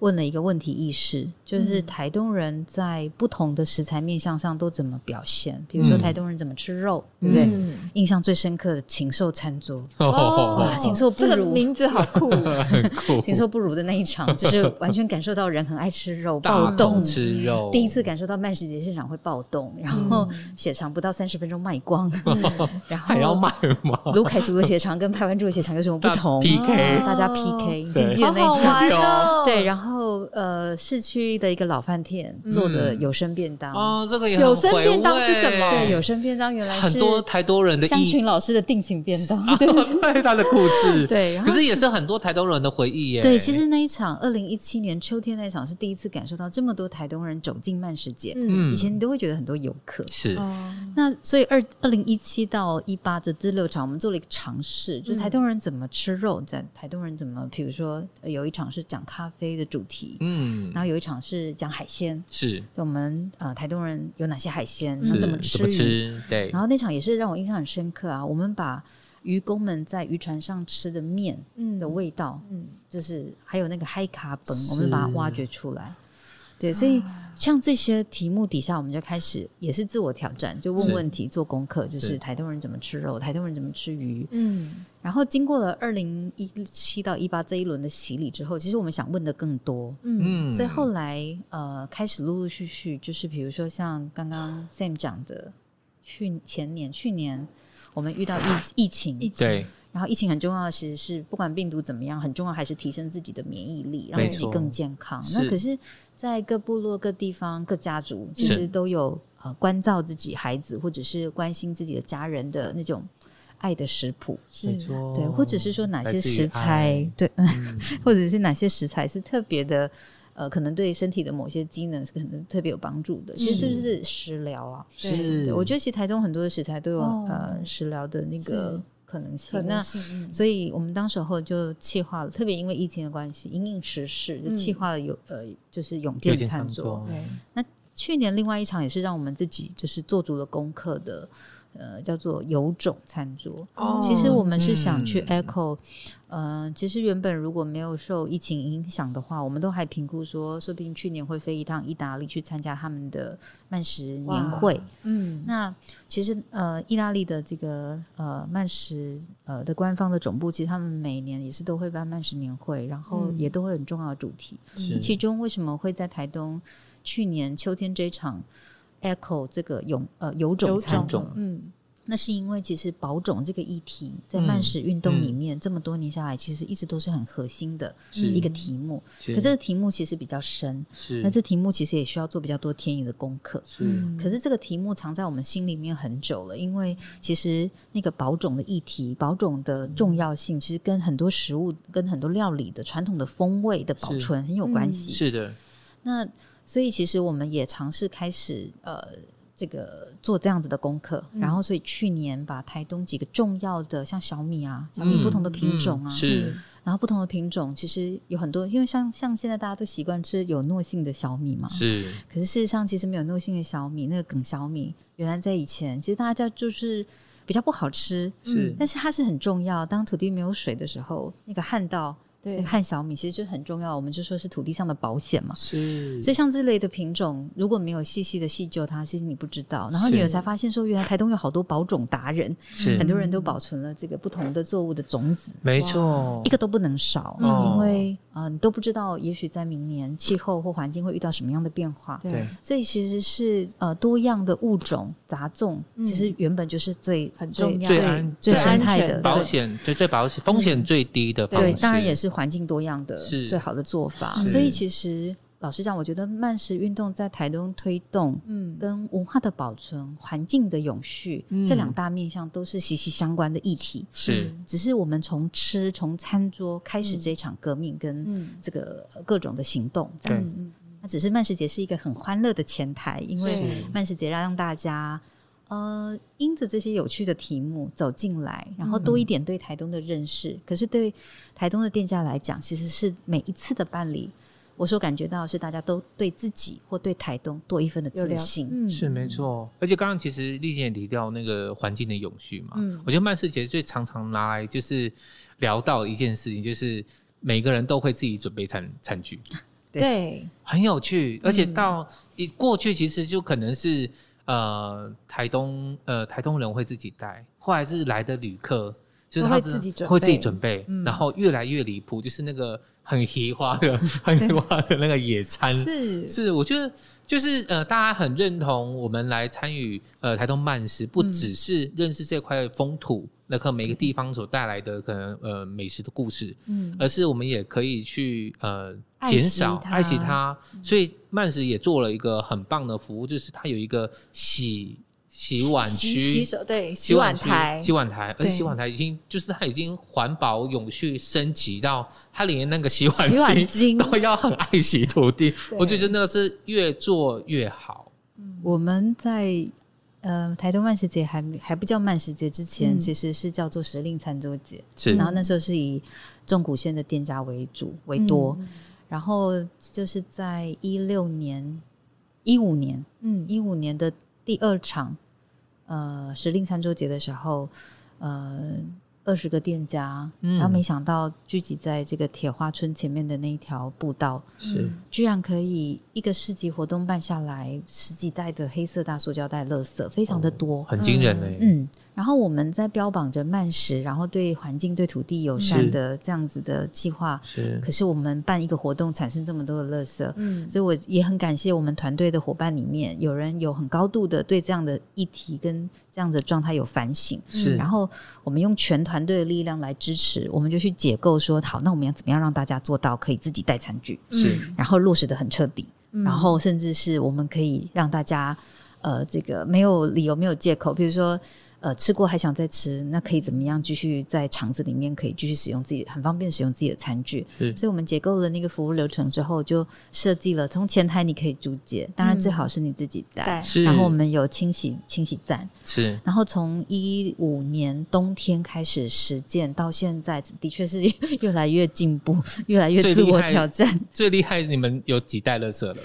Speaker 4: 问了一个问题意识，就是
Speaker 2: 嗯
Speaker 4: 台东人在不同的食材面向上都怎么表现，比如说
Speaker 3: 嗯
Speaker 4: 台东人怎么吃肉，
Speaker 3: 嗯
Speaker 4: 对不对？
Speaker 2: 嗯
Speaker 4: 印象最深刻的禽兽餐桌，
Speaker 2: 哦
Speaker 3: 아,
Speaker 4: 哇，禽兽不
Speaker 2: 这
Speaker 4: 如
Speaker 2: 个名字好 (laughs) 酷，
Speaker 3: 很酷，
Speaker 4: 禽兽不如的那一场，就是完全感受到人很爱吃肉，暴
Speaker 3: 大
Speaker 4: 动
Speaker 3: 口。吃肉，
Speaker 4: 第一次感受到慢食节现场会暴动，然后血肠不到三十分钟卖
Speaker 3: (laughs)
Speaker 4: 光，嗯然后
Speaker 3: 嗯还要卖吗？
Speaker 4: 卢凯族的血肠跟排湾族的血肠有什么不同？
Speaker 3: 大 PK
Speaker 4: 大家 PK，你记不
Speaker 3: 对
Speaker 4: 记
Speaker 2: 好
Speaker 4: 得
Speaker 2: 哦好
Speaker 4: 那一场？
Speaker 2: 玩哦，
Speaker 4: 对，然后呃，市区的一个老饭店做的有声便当，
Speaker 3: 哦，这个也
Speaker 2: 有
Speaker 3: 很
Speaker 2: 声
Speaker 3: 回
Speaker 2: 便当是什么
Speaker 3: 味
Speaker 4: 对，有声便当原来是
Speaker 3: 很多台东人的
Speaker 4: 香
Speaker 3: 意
Speaker 4: 群老师的定情便当，
Speaker 3: 啊， (laughs) 对他的故事，
Speaker 4: (laughs) 对，然后
Speaker 3: 可是也是很多台东人的回忆耶。
Speaker 4: 对，其实那一场二零一七年秋天那一场是第一次感受到这么多台东人走进慢食节，
Speaker 2: 嗯
Speaker 4: 以前你都会觉得很多游客，
Speaker 3: 是
Speaker 2: 哦
Speaker 4: 那所以二二零一七到一八这这六场，我们做了一个尝试，
Speaker 3: 嗯
Speaker 4: 就是台东人怎么吃肉，在台东人怎么，比如说呃有一场是讲咖啡的主题，
Speaker 3: 嗯
Speaker 4: 然后有一场是讲海鲜，
Speaker 3: 是
Speaker 4: 就我们呃台东人有哪些海鲜，
Speaker 2: 嗯
Speaker 4: 那
Speaker 3: 是
Speaker 4: 怎么
Speaker 3: 怎么
Speaker 4: 吃鱼？
Speaker 3: 吃？对
Speaker 4: 然，后那场也是让我印象很深刻啊，我们把渔工们在渔船上吃的面
Speaker 2: 嗯
Speaker 4: 的味道，
Speaker 2: 嗯
Speaker 4: 就是还有那个嗨卡本，
Speaker 3: 是啊
Speaker 4: 我们把它挖掘出来。对，所以像这些题目底下，我们就开始也是自我挑战，就问
Speaker 3: 是
Speaker 4: 问题、做功课，就是
Speaker 3: 是
Speaker 4: 台东人怎么吃肉，台东人怎么吃鱼。
Speaker 2: 음,嗯
Speaker 4: 然后经过了二零一七到一八这一轮的洗礼之后，其实我们想问的更多。
Speaker 2: 嗯
Speaker 3: 嗯
Speaker 4: 所以后来呃，开始陆陆续续，就是比如说像刚刚 Sam 讲的，去前年去年我们遇到疫疫情，
Speaker 2: 一起
Speaker 3: 对
Speaker 4: 然后疫情很重要的其实是不管病毒怎么样，很重要还是提升自己的免疫力，让
Speaker 3: 没
Speaker 4: 自己
Speaker 3: 错
Speaker 4: 更健康。那
Speaker 3: 是
Speaker 4: 可是，在各部落、各地方、各家族，其
Speaker 3: 是
Speaker 4: 实都有呃关照自己孩子，或者是关心自己的家人的那种爱的食谱，
Speaker 3: 没
Speaker 2: 是
Speaker 3: 错，
Speaker 4: 对，或者是说哪
Speaker 3: 来
Speaker 4: 些
Speaker 3: 自于
Speaker 4: 食材
Speaker 3: 爱，
Speaker 4: 对， (laughs)
Speaker 3: 嗯
Speaker 4: 或者是哪些食材是特别的。呃，可能对身体的某些机能是可能特别有帮助的，其实这
Speaker 3: 是
Speaker 4: 就是食疗啊。
Speaker 2: 对
Speaker 4: 对，
Speaker 3: 是，
Speaker 4: 我觉得其实台中很多的食材都有、
Speaker 2: 哦
Speaker 4: 呃食疗的那
Speaker 2: 是
Speaker 4: 个可能性。
Speaker 2: 可
Speaker 4: 那
Speaker 2: 能性，嗯
Speaker 4: 所以我们当时候就企划了，特别因为疫情的关系，因应时事
Speaker 2: 嗯
Speaker 4: 就企划了有、呃，就是永
Speaker 3: 有
Speaker 4: 健
Speaker 3: 点
Speaker 4: 餐
Speaker 3: 餐
Speaker 4: 桌。
Speaker 3: 桌，
Speaker 2: 对
Speaker 4: 去年另外一场也是让我们自己就是做足了功课的，呃，叫做有种餐桌。
Speaker 2: 哦
Speaker 4: 其实我们是想去
Speaker 3: 嗯
Speaker 4: echo，、呃，其实原本如果没有受疫情影响的话，我们都还评估说，说不定去年会飞一趟意大利去参加他们的慢食年
Speaker 2: 哇
Speaker 4: 会。
Speaker 2: 嗯
Speaker 4: 那其实呃，意大利的这个呃曼食呃的官方的总部，其实他们每年也是都会办曼食年会，然后
Speaker 2: 嗯
Speaker 4: 也都会很重要的主题。
Speaker 3: 是
Speaker 4: 其中为什么会在台东去年秋天这一场 Echo 这个有呃有种餐桌？
Speaker 3: 种
Speaker 2: 嗯
Speaker 4: 那是因为其实保种这个议题在曼食运动里面、这么多年下来，其实一直都是很核心的
Speaker 3: 嗯是
Speaker 4: 一个题目。
Speaker 3: 是
Speaker 4: 可这个题目其实比较深，
Speaker 3: 是
Speaker 4: 那这嗯题目其实也需要做比较多天野的功课。
Speaker 3: 是
Speaker 4: 可是这个题目藏在我们心里面很久了，因为其实那个保种的议题、保种的重要性，其实跟很多食物、跟很多料理的传统的风味的保
Speaker 3: 是
Speaker 4: 存很有关系。
Speaker 3: 嗯是的，
Speaker 4: 那所以其实我们也尝试开始呃。这个做这样子的功课，
Speaker 2: 嗯
Speaker 4: 然后所以去年把台东几个重要的像小米啊，小米不同的品种啊，
Speaker 3: 嗯是
Speaker 4: 然后不同的品种其实有很多，因为像像现在大家都习惯吃有糯性的小米嘛，
Speaker 3: 是
Speaker 4: 可是事实上，其实没有糯性的小米，那个梗小米，原来在以前，其实大家就是比较不好吃，
Speaker 3: 是
Speaker 2: 음.
Speaker 4: 但是它是很重要。当土地没有水的时候，那个旱稻、那
Speaker 2: 对
Speaker 4: 个旱小米，其实就很重要。我们就说是土地上的保险嘛。
Speaker 3: 是
Speaker 4: 啊所以像这类的品种，如果没有细细的细究它，其实你不知道。然后你
Speaker 3: 是
Speaker 4: 有才发现说，原来台东有好多保种达人，
Speaker 2: 네.
Speaker 3: 是哦
Speaker 4: 很多人都保存了这个不同的作物的种子。
Speaker 3: 没错
Speaker 4: 一，个都不能少，
Speaker 3: 哦
Speaker 4: 因为嗯、呃你都不知道，也许在明年气候或环境会遇到什么样的变化。
Speaker 3: 对，
Speaker 4: 所以其实是呃多样的物种杂种，
Speaker 2: 嗯
Speaker 4: 其实原本就是最
Speaker 2: 很
Speaker 4: 最
Speaker 2: 重要
Speaker 3: 最
Speaker 2: 对
Speaker 3: 安
Speaker 4: 最
Speaker 2: 最
Speaker 4: 生态
Speaker 2: 安全
Speaker 4: 的
Speaker 2: 的
Speaker 3: 保
Speaker 4: 对
Speaker 3: 险对最保险风险最低的方
Speaker 4: 对，
Speaker 3: 式
Speaker 4: 当然也是环境多样的
Speaker 3: 是
Speaker 4: 最好的做法。
Speaker 3: 是
Speaker 4: 所以其实老实讲，我觉得慢食运动在台东推动
Speaker 2: 嗯，
Speaker 4: 跟文化的保存、环境的永续、
Speaker 3: 嗯
Speaker 4: 这两大面向都是息息相关的议题。
Speaker 3: 是
Speaker 4: 只是我们从吃、从餐桌开始这一场革命，跟
Speaker 2: 嗯，
Speaker 4: 这个呃各种的行动，这
Speaker 3: 对
Speaker 4: 样
Speaker 2: 嗯
Speaker 4: 子。
Speaker 2: 嗯
Speaker 4: 那只是慢食节是一个很欢乐的前台，因为
Speaker 2: 是
Speaker 4: 慢食节让大家呃，因着这些有趣的题目走进来，然后
Speaker 2: 嗯
Speaker 4: 多一点对台东的认识。可是对台东的店家来讲，其实是每一次的办理，我所感觉到是大家都对自己或对台东多一份的
Speaker 2: 有
Speaker 4: 自
Speaker 2: 聊
Speaker 4: 信。
Speaker 2: 嗯
Speaker 3: 是没错。而且刚刚其实丽姐也提到那个环境的永续嘛，
Speaker 2: 嗯
Speaker 3: 我觉得曼世杰最常常拿来就是聊到一件事情，就是每个人都会自己准备餐餐具，
Speaker 2: 对，
Speaker 3: 很有趣。而且
Speaker 2: 嗯
Speaker 3: 到一过去其实就可能是呃台东呃台东人会自己带，后来是来的旅客。就是
Speaker 2: 都
Speaker 3: 他
Speaker 2: 会
Speaker 3: 是
Speaker 2: 自己准
Speaker 3: 会自己
Speaker 2: 备
Speaker 3: 准备，
Speaker 2: 嗯
Speaker 3: 然后越来越离谱，就是那个很奇花的、 (laughs) 很奇花的那个野餐，
Speaker 2: 是
Speaker 3: 是，我觉得就是呃，大家很认同我们来参与呃台东慢食，不
Speaker 2: 嗯
Speaker 3: 只是认识这块风土，那可能每个地方所带来的可能呃美食的故事，
Speaker 2: 嗯
Speaker 3: 而是我们也可以去呃
Speaker 4: 爱
Speaker 3: 减
Speaker 4: 惜
Speaker 3: 少
Speaker 4: 它
Speaker 3: 爱惜它。
Speaker 2: 嗯
Speaker 3: 所以慢食也做了一个很棒的服务，就是它有一个洗洗碗
Speaker 2: 洗
Speaker 3: 区。
Speaker 2: 洗手对洗碗
Speaker 3: 区
Speaker 2: 台
Speaker 3: 洗碗台，而
Speaker 2: 对
Speaker 3: 且洗碗台已经就是它已经环保永续升级到它连那个洗碗
Speaker 2: 洗碗
Speaker 3: 机
Speaker 2: 巾
Speaker 3: 都要很爱惜土
Speaker 4: (laughs)
Speaker 3: 地，
Speaker 2: 对
Speaker 3: 我就觉得那个是越做越好。
Speaker 2: 嗯
Speaker 4: 我们在呃台东慢食节还没还不叫慢食节之前，
Speaker 2: 嗯
Speaker 4: 其实是叫做时令餐桌节。
Speaker 3: 是
Speaker 4: 然后那时候是以中古县的店家为主为
Speaker 2: 음,嗯
Speaker 4: 多，然后就是在一六年、一五年
Speaker 2: 嗯
Speaker 4: 一五年的第二场，呃，时令餐桌节的时候，呃，二十个店家，
Speaker 3: 嗯
Speaker 4: 然后没想到聚集在这个铁花村前面的那一条步道，
Speaker 3: 是
Speaker 4: 居然可以一个市集活动办下来，十几袋的黑色大塑胶袋垃圾，非常的多。
Speaker 3: 哦很惊人欸嘞、
Speaker 4: 嗯，然后我们在标榜着慢食，然后对环境、对土地友善
Speaker 3: 是
Speaker 4: 的这样子的计划，
Speaker 3: 是
Speaker 4: 可是我们办一个活动产生这么多的垃圾，
Speaker 2: 嗯
Speaker 4: 所以我也很感谢我们团队的伙伴里面有人有很高度的对这样的议题跟这样的状态有反省。
Speaker 3: 是，
Speaker 4: 然后我们用全团队的力量来支持，我们就去解构说，好，那我们要怎么样让大家做到可以自己带餐具，
Speaker 2: 음,
Speaker 3: 是
Speaker 4: 然后落实的很彻底，
Speaker 2: 嗯
Speaker 4: 然后甚至是我们可以让大家，呃，这个没有理由、没有借口，比如说，呃，吃过还想再吃，那可以怎么样继续在厂子里面可以继续使用自己，很方便使用自己的餐具。
Speaker 3: 是
Speaker 4: 所以我们解构了那个服务流程之后，就设计了从前台你可以租借，当然
Speaker 2: 嗯
Speaker 4: 最好是你自己带。
Speaker 2: 对
Speaker 3: 是，
Speaker 4: 然后我们有清洗清洗站，
Speaker 3: 是
Speaker 4: 然后从一五年冬天开始实践到现在，的确是越来越进步， (laughs) 越来越
Speaker 3: 最
Speaker 4: 自
Speaker 3: 厉
Speaker 4: 我
Speaker 3: 害
Speaker 4: 挑战。
Speaker 3: 最厉害，你们有几袋垃圾了？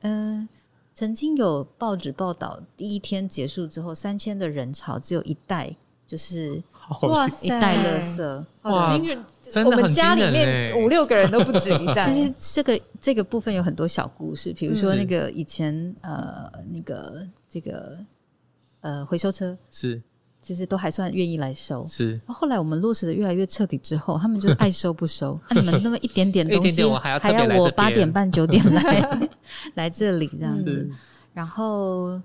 Speaker 4: 嗯，曾经有报纸报道，第一天结束之后，三千的人潮只有一袋，就是
Speaker 2: 哇
Speaker 3: 哦
Speaker 2: 塞，
Speaker 4: 一袋垃圾。
Speaker 2: 好
Speaker 3: 哇
Speaker 2: 惊人，
Speaker 3: 真
Speaker 2: 我
Speaker 3: 的
Speaker 2: 们
Speaker 3: 很
Speaker 2: 家
Speaker 3: 惊
Speaker 2: 里
Speaker 3: 人
Speaker 2: 面
Speaker 3: 嘞
Speaker 2: 五六个人都不止一袋，
Speaker 4: 其实这个这个部分有很多小故事，比如说
Speaker 3: 嗯
Speaker 4: 那个以前呃那个这个呃回收车，
Speaker 3: (laughs) 是
Speaker 4: 其实都还算愿意来收。
Speaker 3: 是，
Speaker 4: 后来我们落实的越来越彻底之后，他们就爱收
Speaker 3: (laughs)
Speaker 4: 不收。那、你们那么一点点东
Speaker 3: 一点
Speaker 4: 西，
Speaker 3: 点我还要特别来
Speaker 4: 我
Speaker 3: 这边
Speaker 4: 八点半九点来 (laughs) 来这里这样子。
Speaker 3: 是
Speaker 4: 然后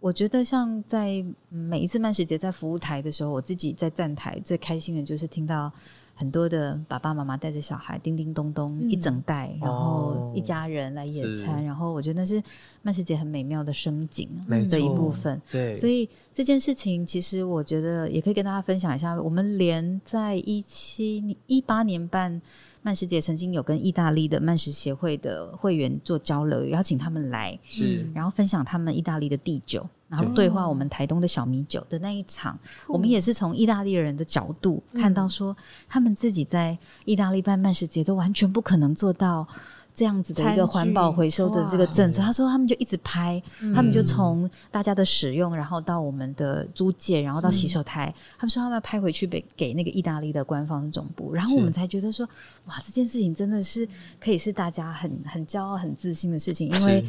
Speaker 4: 我觉得像在每一次慢食节在服务台的时候，我自己在站台最开心的就是听到很多的爸爸妈妈带着小孩叮叮咚咚
Speaker 2: 嗯
Speaker 4: 一整袋，然后一家人来野餐，
Speaker 3: 哦是
Speaker 4: 然后我觉得那是慢食节很美妙的声景啊
Speaker 3: 没
Speaker 4: 嗯的一
Speaker 3: 错
Speaker 4: 部分。
Speaker 3: 对，
Speaker 4: 所
Speaker 3: 以
Speaker 4: 以这件事情，其实我觉得也可以跟大家分享一下。我们连在一七一八年办慢食节，曾经有跟意大利的慢食协会的会员做交流，邀请他们来，
Speaker 3: 是
Speaker 4: 然后分享他们意大利的地酒，然后
Speaker 2: 嗯对
Speaker 4: 对话我们台东的小米酒的那一场，
Speaker 2: 酷嗯
Speaker 4: 我们也是从意大利人的角度看到说，他们自己在意大利办慢食节都完全不可能做到。这样子的一
Speaker 2: 餐具
Speaker 4: 个环保回收的这个
Speaker 2: 哇
Speaker 4: 政策，他说他们就一直拍，
Speaker 3: 嗯
Speaker 4: 他们就从大家的使用，然后到我们的租借，然后到洗手台，他们说他们要拍回去给给那个意大利的官方总部，然后
Speaker 3: 是
Speaker 4: 我们才觉得说，哇，这件事情真的是可以是大家很很骄傲、很自信的事情，因为
Speaker 3: 是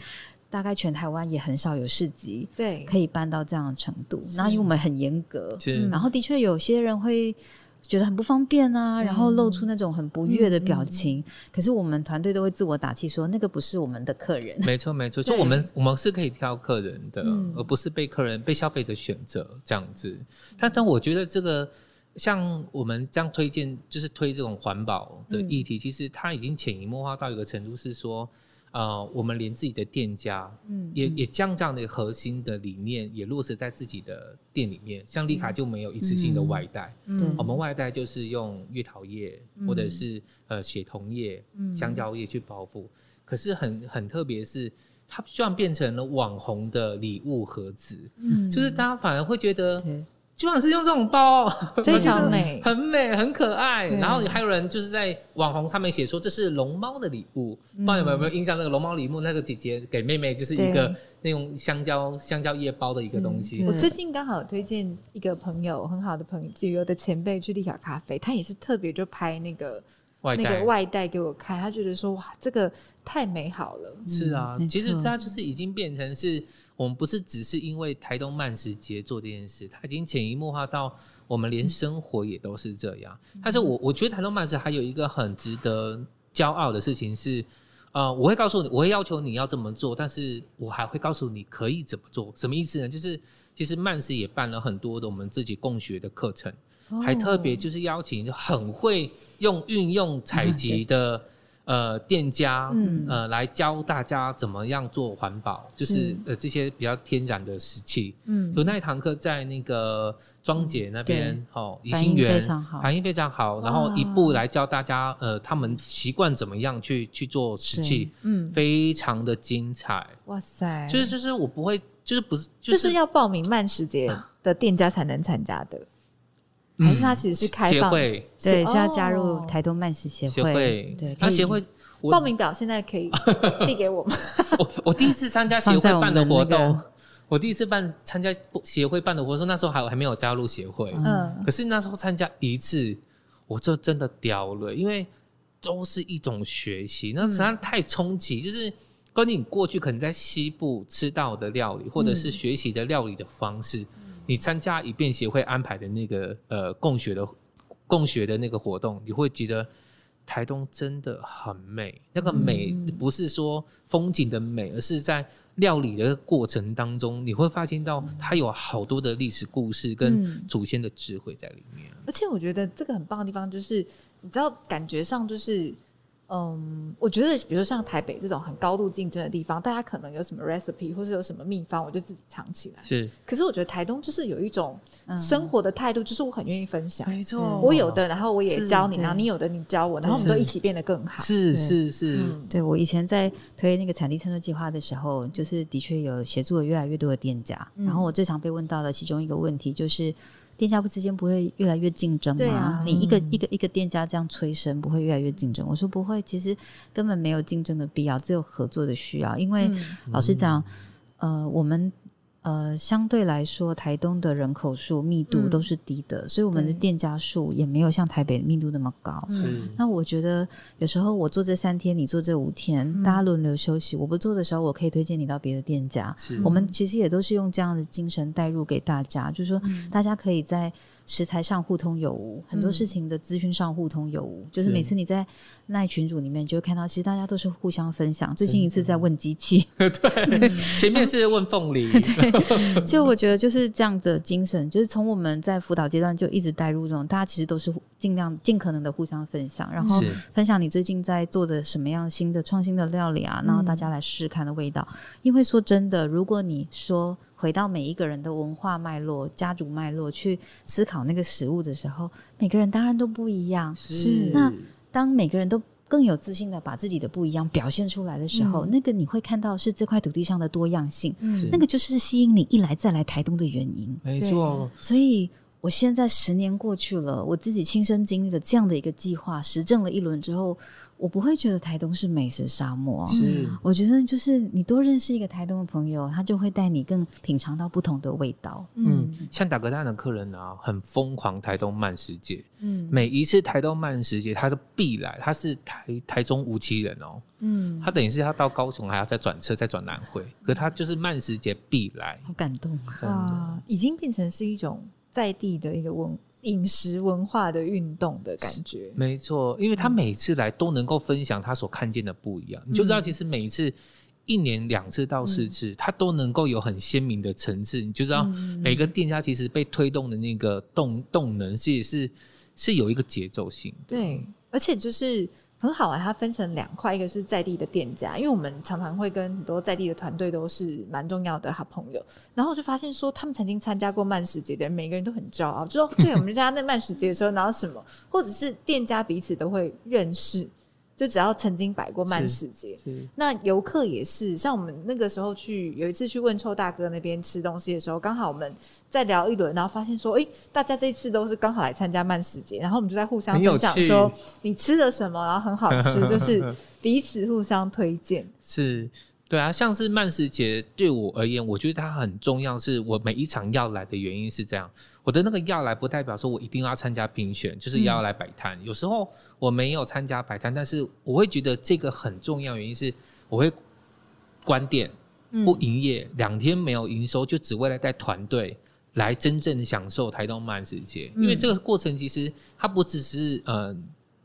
Speaker 4: 大概全台湾也很少有市集
Speaker 2: 对
Speaker 4: 可以办到这样的程度。然后因为我们很严格，
Speaker 3: 是
Speaker 4: 然后的确有些人会觉得很不方便
Speaker 3: 嗯
Speaker 4: 啊，然后露出那种很不悦的表情。可是我们团队都会自我打气说，那个不是我们的客人。
Speaker 3: 没错没错，就
Speaker 2: 对
Speaker 3: 我们我们是可以挑客人的，
Speaker 2: 嗯
Speaker 3: 而不是被客人被消费者选择这样子。但但我觉得这个像我们这样推
Speaker 2: 嗯
Speaker 3: 荐，就是推这种环保的议题，其实它已经潜移默化到一个程度，是说。呃，我们连自己的店家
Speaker 2: 嗯，
Speaker 3: 也也将这样的核心的理念也落实在自己的店里面。像丽卡就没有一次性的外带，
Speaker 2: 嗯
Speaker 3: 我们外带就是用月桃叶、
Speaker 2: 嗯
Speaker 3: 或者是呃血桐叶、
Speaker 2: 嗯
Speaker 3: 香蕉叶去包覆。可是很很特别是，它居然变成了网红的礼物盒子，
Speaker 2: 嗯
Speaker 3: 就是大家反而会觉得，
Speaker 4: 对，
Speaker 3: 居然是用这种包，
Speaker 2: 非
Speaker 4: 我觉
Speaker 2: 常
Speaker 4: 得
Speaker 2: 美，
Speaker 3: 很美很可爱。
Speaker 2: 对
Speaker 3: 然后还有人就是在网红上面写说这是龙猫的礼物，不
Speaker 2: 嗯
Speaker 3: 知道你们有没有印象？那个龙猫礼物，那个姐姐给妹妹就是一个
Speaker 2: 对
Speaker 3: 那种香蕉香蕉叶包的一个东西。
Speaker 4: 嗯
Speaker 2: 我
Speaker 4: 对
Speaker 2: 最近刚好推荐一个朋友，很好的朋友，旅游的前辈去丽卡咖啡，他也是特别就拍那个
Speaker 3: 外
Speaker 2: 那
Speaker 3: 带
Speaker 2: 个外带给我看，他觉得说哇，这个太美好了，
Speaker 3: 是啊
Speaker 4: 嗯，没
Speaker 3: 其实
Speaker 4: 错
Speaker 3: 它就是已经变成是我们不是只是因为台东慢食节做这件事，它已经潜移默化到我们
Speaker 4: 嗯
Speaker 3: 连生活也都是这样。但是我我觉得台东慢食还有一个很值得骄傲的事情是。呃，我会告诉你，我会要求你要这么做，但是我还会告诉你可以怎么做。什么意思呢？就是其实曼食也办了很多的我们自己共学的课程，
Speaker 4: 哦
Speaker 3: 还特别就是邀请很会用运用采
Speaker 4: 嗯
Speaker 3: 集的、呃店家，
Speaker 2: 嗯
Speaker 3: 呃来教大家怎么样做环保，就是、
Speaker 2: 是
Speaker 3: 呃这些比较天然的石器。
Speaker 2: 嗯
Speaker 3: 就那一堂课在那个庄姐那边
Speaker 4: 嗯对，
Speaker 3: 哦，宜
Speaker 4: 反
Speaker 3: 兴
Speaker 4: 应
Speaker 3: 园
Speaker 4: 非常好
Speaker 3: 反应非常好。然后一步来教大家，呃，他们习惯怎么样去去做石器，
Speaker 2: 嗯，
Speaker 3: 非常的精彩。
Speaker 2: 哇
Speaker 4: 嗯
Speaker 2: 塞，
Speaker 3: 就是就是我不会，就是不是，就
Speaker 2: 这
Speaker 3: 是嗯
Speaker 2: 是要报名慢时节的店家才能参加的，还是它其实是开
Speaker 3: 协
Speaker 2: 放
Speaker 3: 会
Speaker 4: 对，
Speaker 2: 是
Speaker 4: 是要加入
Speaker 2: 哦
Speaker 4: 台东慢食协
Speaker 3: 协
Speaker 4: 会
Speaker 3: 会，，
Speaker 4: 对，
Speaker 3: 那
Speaker 4: 可以
Speaker 3: 协会我
Speaker 2: 报名表现在可以递给我吗？
Speaker 3: 我我第一次参加协会
Speaker 4: 放在我
Speaker 3: 办的
Speaker 4: 们
Speaker 3: 活
Speaker 4: 那个
Speaker 3: 动，我第一次办参加协会办的活动，那时候还还没有加入协会，
Speaker 4: 嗯
Speaker 2: (laughs) 嗯
Speaker 3: 可是那时候参加一次，我就真的屌了，因为都是一种学习，那实际上太冲击，就是跟你过去可能在西部吃到的料理，或者是学习的料理的方式，你参加一遍协会安排的那个呃共学的共学的那个活动，你会觉得。台东真的很美，那个美
Speaker 2: 嗯
Speaker 3: 不是说风景的美，而是在料理的过程当中，你会发现到它有好多的历史故事跟
Speaker 2: 嗯
Speaker 3: 祖先的智慧在里面。
Speaker 2: 而且我觉得这个很棒的地方就是，你知道，感觉上就是，嗯，我觉得，比如像台北这种很高度竞争的地方，大家可能有什么 recipe 或是有什么秘方，我就自己藏起来。
Speaker 3: 是，
Speaker 2: 可是我觉得台东就是有一种
Speaker 4: 嗯
Speaker 2: 生活的态度，就是我很愿意分享，
Speaker 3: 没
Speaker 4: 错
Speaker 2: 我有的，然后我也
Speaker 3: 嗯是
Speaker 2: 教你，然后
Speaker 4: 对
Speaker 2: 你有的你教我，然后我们
Speaker 3: 是
Speaker 2: 都一起变得更好。
Speaker 3: 是
Speaker 4: 对
Speaker 3: 是是，
Speaker 2: 嗯，
Speaker 4: 对我以前在推那个产地称作计划的时候，就是的确有协助了越来越多的店家。
Speaker 2: 嗯
Speaker 4: 然后我最常被问到的其中一个问题就是，店家不之间不会越来越竞争
Speaker 2: 对
Speaker 4: 吗？
Speaker 2: 啊
Speaker 4: 你一个一个一个店家这样催生，不会越来越竞争？我说不会，其实根本没有竞争的必要，只有合作的需要。因为
Speaker 2: 嗯
Speaker 4: 老实讲，呃，我们。呃，相对来说，台东的人口数密度
Speaker 2: 嗯
Speaker 4: 都是低的，所以我们的
Speaker 2: 对
Speaker 4: 店家数也没有像台北密度那么高。
Speaker 3: 是
Speaker 4: 那我觉得有时候我做这三天，你做这五天，
Speaker 2: 嗯
Speaker 4: 大家轮流休息。我不做的时候，我可以推荐你到别的店家。
Speaker 3: 是 (laughs)
Speaker 4: 我们其实也都是用这样的精神带入给大家，就是说大家可以在食材上互通有无，很多
Speaker 2: 嗯
Speaker 4: 事情的资讯上互通有无。就是是每次你在赖群组里面，你就会看到，其实大家都是互相分享。最新一次在问机器，
Speaker 3: 前面是问
Speaker 2: (laughs)
Speaker 3: 凤梨，
Speaker 4: 就我觉得就是这样的精神，就是从我们在辅导阶段就一直带入这种，大家其实都是互尽量尽可能的互相分享，然后
Speaker 3: 是
Speaker 4: 分享你最近在做的什么样新的创新的料理啊，
Speaker 2: 嗯
Speaker 4: 然后大家来试试看的味道。因为说真的，如果你说回到每一个人的文化脉络、家族脉络去思考那个食物的时候，每个人当然都不一样。
Speaker 2: 是
Speaker 4: 那当每个人都更有自信的把自己的不一样表现出来的时候，
Speaker 2: 嗯
Speaker 4: 那个你会看到是这块土地上的多样性，
Speaker 3: 是
Speaker 4: 那个就是吸引你一来再来台东的原因。
Speaker 3: 没
Speaker 2: 对
Speaker 3: 错，
Speaker 4: 所以我现在十年过去了，我自己亲身经历了这样的一个计划，实证了一轮之后，我不会觉得台东是美食沙漠。啊
Speaker 3: 是
Speaker 4: 我觉得就是你多认识一个台东的朋友，他就会带你更品尝到不同的味道。
Speaker 3: 嗯，像打格蛋的客人啊，很疯狂台东慢食节，
Speaker 2: 嗯
Speaker 3: 每一次台东慢食节，他都必来，他是台台中无期人哦，
Speaker 2: 嗯
Speaker 3: 他等于是他到高雄还要再转车再转南回，可他就是慢食节必来，
Speaker 4: 好感动，啊
Speaker 3: 真的。
Speaker 2: 哇啊已经变成是一种在地的一个文饮食文化的运动的感觉。
Speaker 3: 没错，因为他每次来都能够分享他所看见的不一样，你就知道其实每一次一年两次到四次，他都能够有很鲜明的层次，你就知道
Speaker 2: 嗯
Speaker 3: 每个店家其实被推动的那个动动能是是是有一个节奏性的。
Speaker 2: 对，而且就是很好啊玩，它分成两块，一个是在地的店家，因为我们常常会跟很多在地的团队都是蛮重要的好朋友。然后我就发现说，他们曾经参加过慢食节的人，每个人都很骄傲，就说哦对我们参加那慢食节的时候，然后什么，或者是店家彼此都会认识，就只要曾经摆过慢食节。
Speaker 3: 是
Speaker 2: 那游客也是，像我们那个时候去有一次去问臭大哥那边吃东西的时候，刚好我们在聊一轮，然后发现说，哎、大家这次都是刚好来参加慢食节，然后我们就在互相
Speaker 3: 很有
Speaker 2: 分享
Speaker 3: 趣
Speaker 2: 说你吃了什么，然后很好吃，
Speaker 3: (laughs)
Speaker 2: 就是彼此互相推荐。
Speaker 3: 是，对啊，像是曼食节对我而言，我觉得它很重要，是我每一场要来的原因是这样。我的那个要来不代表说我一定要参加评选，就是要来摆摊。有时候我没有参加摆摊，但是我会觉得这个很重要，原因是我会关店
Speaker 2: 嗯
Speaker 3: 不营业，两天没有营收，就只为了带团队。来真正享受台东慢食节，因为
Speaker 2: 嗯
Speaker 3: 这个过程其实它不只是呃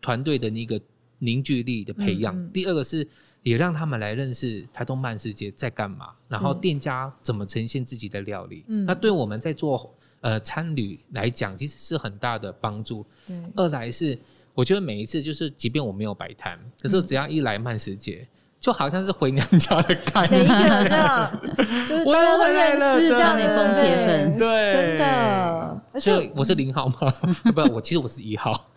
Speaker 3: 团队的那个凝聚力的培养，
Speaker 2: 嗯嗯
Speaker 3: 第二个是也让他们来认识台东慢食节在干嘛，然后店家怎么呈现自己的料理。
Speaker 2: 嗯
Speaker 3: 那对我们在做呃餐旅来讲，其实是很大的帮助。
Speaker 2: 对，
Speaker 3: 二来是我觉得每一次就是，即便我没有摆摊，可
Speaker 2: 嗯
Speaker 3: 是我只要一来慢食节，就好像是回娘家的概
Speaker 2: 每一个
Speaker 3: 念。
Speaker 2: 人这样，
Speaker 3: (laughs)
Speaker 2: 就是大家都认识，这样
Speaker 4: 我又回来了对让你疯铁粉
Speaker 2: 对
Speaker 3: 对，
Speaker 2: 真的，而
Speaker 3: 所
Speaker 2: 且
Speaker 3: 以我是零号
Speaker 2: (laughs)
Speaker 3: 吗？不，我其实我是一号。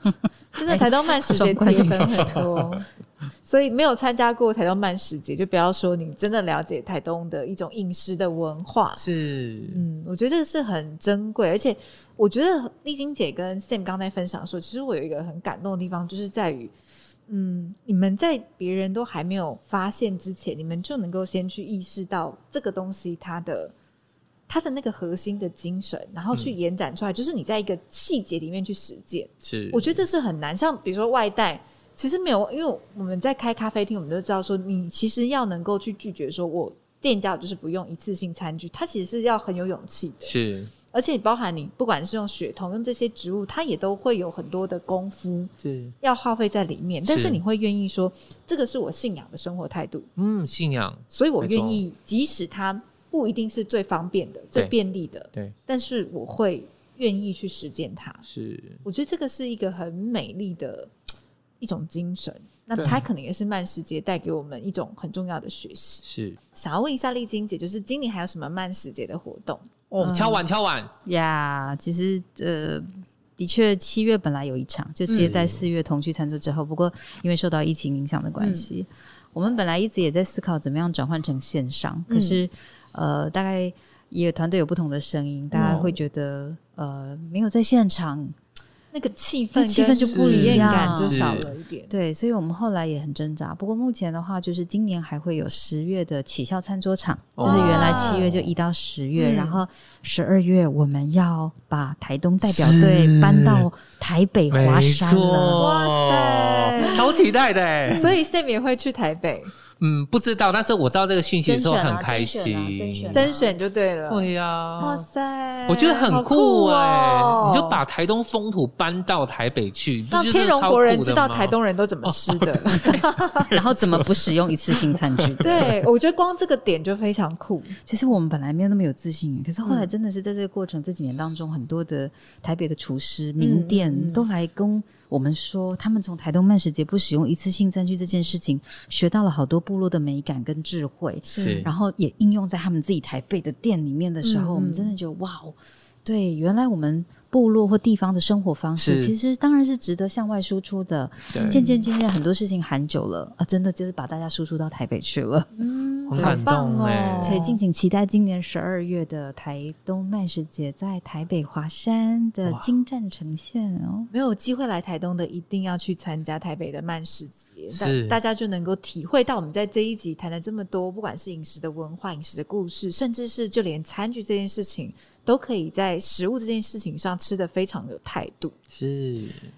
Speaker 2: 真的台东慢时节铁粉很多， (laughs) 所以没有参加过台东慢时节，就不要说你真的了解台东的一种饮食的文化。
Speaker 3: 是，
Speaker 2: 嗯，我觉得这个是很珍贵，而且我觉得丽晶姐跟 Sam 刚才分享说，其实我有一个很感动的地方，就是在于，嗯，你们在别人都还没有发现之前，你们就能够先去意识到这个东西它的它的那个核心的精神，然后去
Speaker 3: 嗯
Speaker 2: 延展出来，就是你在一个细节里面去实践。
Speaker 3: 是，
Speaker 2: 我觉得这是很难。像比如说外带，其实没有，因为我们在开咖啡厅，我们都知道说，你其实要能够去拒绝说我。店家我就是不用一次性餐具，它其实是要很有勇气的，
Speaker 3: 是
Speaker 2: 而且包含你不管是用血统用这些植物，它也都会有很多的功夫
Speaker 3: 是，
Speaker 2: 要耗费在里面。但是
Speaker 3: 是
Speaker 2: 你会愿意说，这个是我信仰的生活态度，
Speaker 3: 嗯，信仰
Speaker 2: 所以我
Speaker 3: 没
Speaker 2: 愿
Speaker 3: 错
Speaker 2: 意，即使它不一定是最方便的、最
Speaker 3: 对
Speaker 2: 便利的，
Speaker 3: 对
Speaker 2: 但是我会愿意去实践它。
Speaker 3: 是。
Speaker 2: 我觉得这个是一个很美丽的一种精神。那
Speaker 3: 对
Speaker 2: 它可能也是慢时节带给我们一种很重要的学习。
Speaker 3: 是
Speaker 2: 想要问一下丽晶姐，就是今年还有什么慢时节的活动？
Speaker 3: 哦，
Speaker 2: 嗯
Speaker 3: 敲碗敲碗，
Speaker 4: 呀其实呃，的确七月本来有一场，就接在四月同居餐桌之后，不过因为受到疫情影响的关系，我们本来一直也在思考怎么样转换成线上，
Speaker 2: 嗯
Speaker 4: 可是、呃，大概也有团队有不同的声音，大家会觉得、呃没有在现场，
Speaker 2: 那个气氛、
Speaker 4: 气氛就不
Speaker 2: 体
Speaker 4: 一
Speaker 2: 验
Speaker 4: 样
Speaker 2: 感就少了一点。
Speaker 4: 对，所以我们后来也很挣扎。不过目前的话，就是今年还会有十月的起效餐桌场，就是原来七月就移到十月，
Speaker 2: 哦嗯
Speaker 4: 然后十二月我们要把台东代表队搬到台北华山了。
Speaker 2: 哇塞
Speaker 3: 超期待的欸！
Speaker 2: 所以 Sam 也会去台北
Speaker 3: 嗯，不知道，但是我知道这个讯息的时候
Speaker 4: 甄选啊
Speaker 3: 很开
Speaker 4: 甄
Speaker 3: 心
Speaker 4: 选啊。
Speaker 2: 甄选就对了。
Speaker 3: 对呀、
Speaker 2: 哇塞，
Speaker 3: 嗯我觉得很
Speaker 2: 好
Speaker 3: 酷哎、
Speaker 2: 哦
Speaker 3: 你就把台东风土搬到台北去，不
Speaker 2: 让
Speaker 3: 就是
Speaker 2: 天龙
Speaker 3: 超
Speaker 2: 国人
Speaker 3: 酷的
Speaker 2: 知道
Speaker 3: 吗哦
Speaker 2: 台东人都怎么吃的。
Speaker 4: 然后怎么不使用一次性餐具？
Speaker 2: (laughs) 对，我觉得光这个点就非常酷。
Speaker 4: 其实我们本来没有那么有自信，可是后来
Speaker 2: 嗯
Speaker 4: 真的是在这个过程、这几年当中，很多的台北的厨师、
Speaker 2: 嗯
Speaker 4: 名
Speaker 2: 嗯
Speaker 4: 店、
Speaker 2: 嗯
Speaker 4: 都来跟我们说，他们从台东慢食节不使用一次性餐具这件事情，学到了好多部落的美感跟智慧，
Speaker 3: 是
Speaker 4: 然后也应用在他们自己台北的店里面的时
Speaker 2: 嗯
Speaker 4: 候，
Speaker 2: 嗯
Speaker 4: 我们真的觉得哇哦，对，原来我们部落或地方的生活方式，
Speaker 3: 是
Speaker 4: 其实当然是值得向外输出的。
Speaker 3: 对
Speaker 4: 渐渐渐渐，很多事情喊久了啊，真的就是把大家输出到台北去了。
Speaker 2: 嗯，
Speaker 3: 很
Speaker 2: 好
Speaker 3: 感
Speaker 2: 棒
Speaker 3: 动哎
Speaker 2: 哦。
Speaker 4: 所以敬请期待今年十二月的台东慢食节在台北华山的
Speaker 3: 哇
Speaker 4: 金站呈现哦。
Speaker 2: 没有机会来台东的，一定要去参加台北的慢食节，
Speaker 3: 是
Speaker 2: 大大家就能够体会到我们在这一集谈了这么多，不管是饮食的文化、饮食的故事，甚至是就连餐具这件事情，都可以在食物这件事情上吃的非常有态度。
Speaker 3: 是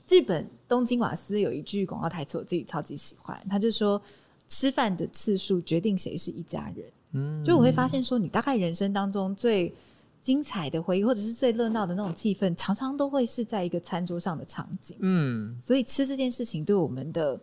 Speaker 2: 日本东京瓦斯有一句广告台词，我自己超级喜欢，他就说：“吃饭的次数决定谁是一家人。”
Speaker 3: 嗯，
Speaker 2: 就我会发现说，你大概人生当中最精彩的回忆，或者是最热闹的那种气氛，常常都会是在一个餐桌上的场景。
Speaker 3: 嗯
Speaker 2: 所以吃这件事情对我们的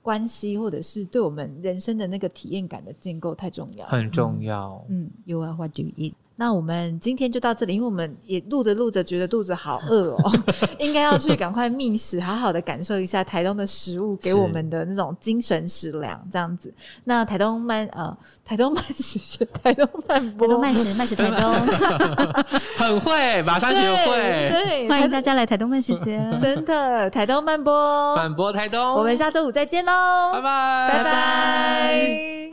Speaker 2: 关系，或者是对我们人生的那个体验感的建构太重要了。
Speaker 3: 很重要。
Speaker 2: 嗯，
Speaker 4: You are what you eat。
Speaker 2: 那我们今天就到这里，因为我们也录着录着觉得肚子好饿
Speaker 3: (laughs)
Speaker 2: 哦，应该要去赶快觅食，好好的感受一下台东的食物给
Speaker 3: 是
Speaker 2: 我们的那种精神食粮，这样子。那台东慢呃，台东慢食，台东慢
Speaker 5: 台
Speaker 2: 播，
Speaker 5: 东慢食，慢食台东，
Speaker 3: 很会，马上学
Speaker 2: 对
Speaker 3: 会。
Speaker 2: 对，
Speaker 5: 欢
Speaker 2: 台
Speaker 5: 迎
Speaker 2: 东
Speaker 5: 大家来台东慢时间。
Speaker 2: 真的台东慢播，
Speaker 3: 反驳台东，
Speaker 2: 我们下周五再见喽，
Speaker 3: 拜拜，
Speaker 2: 拜拜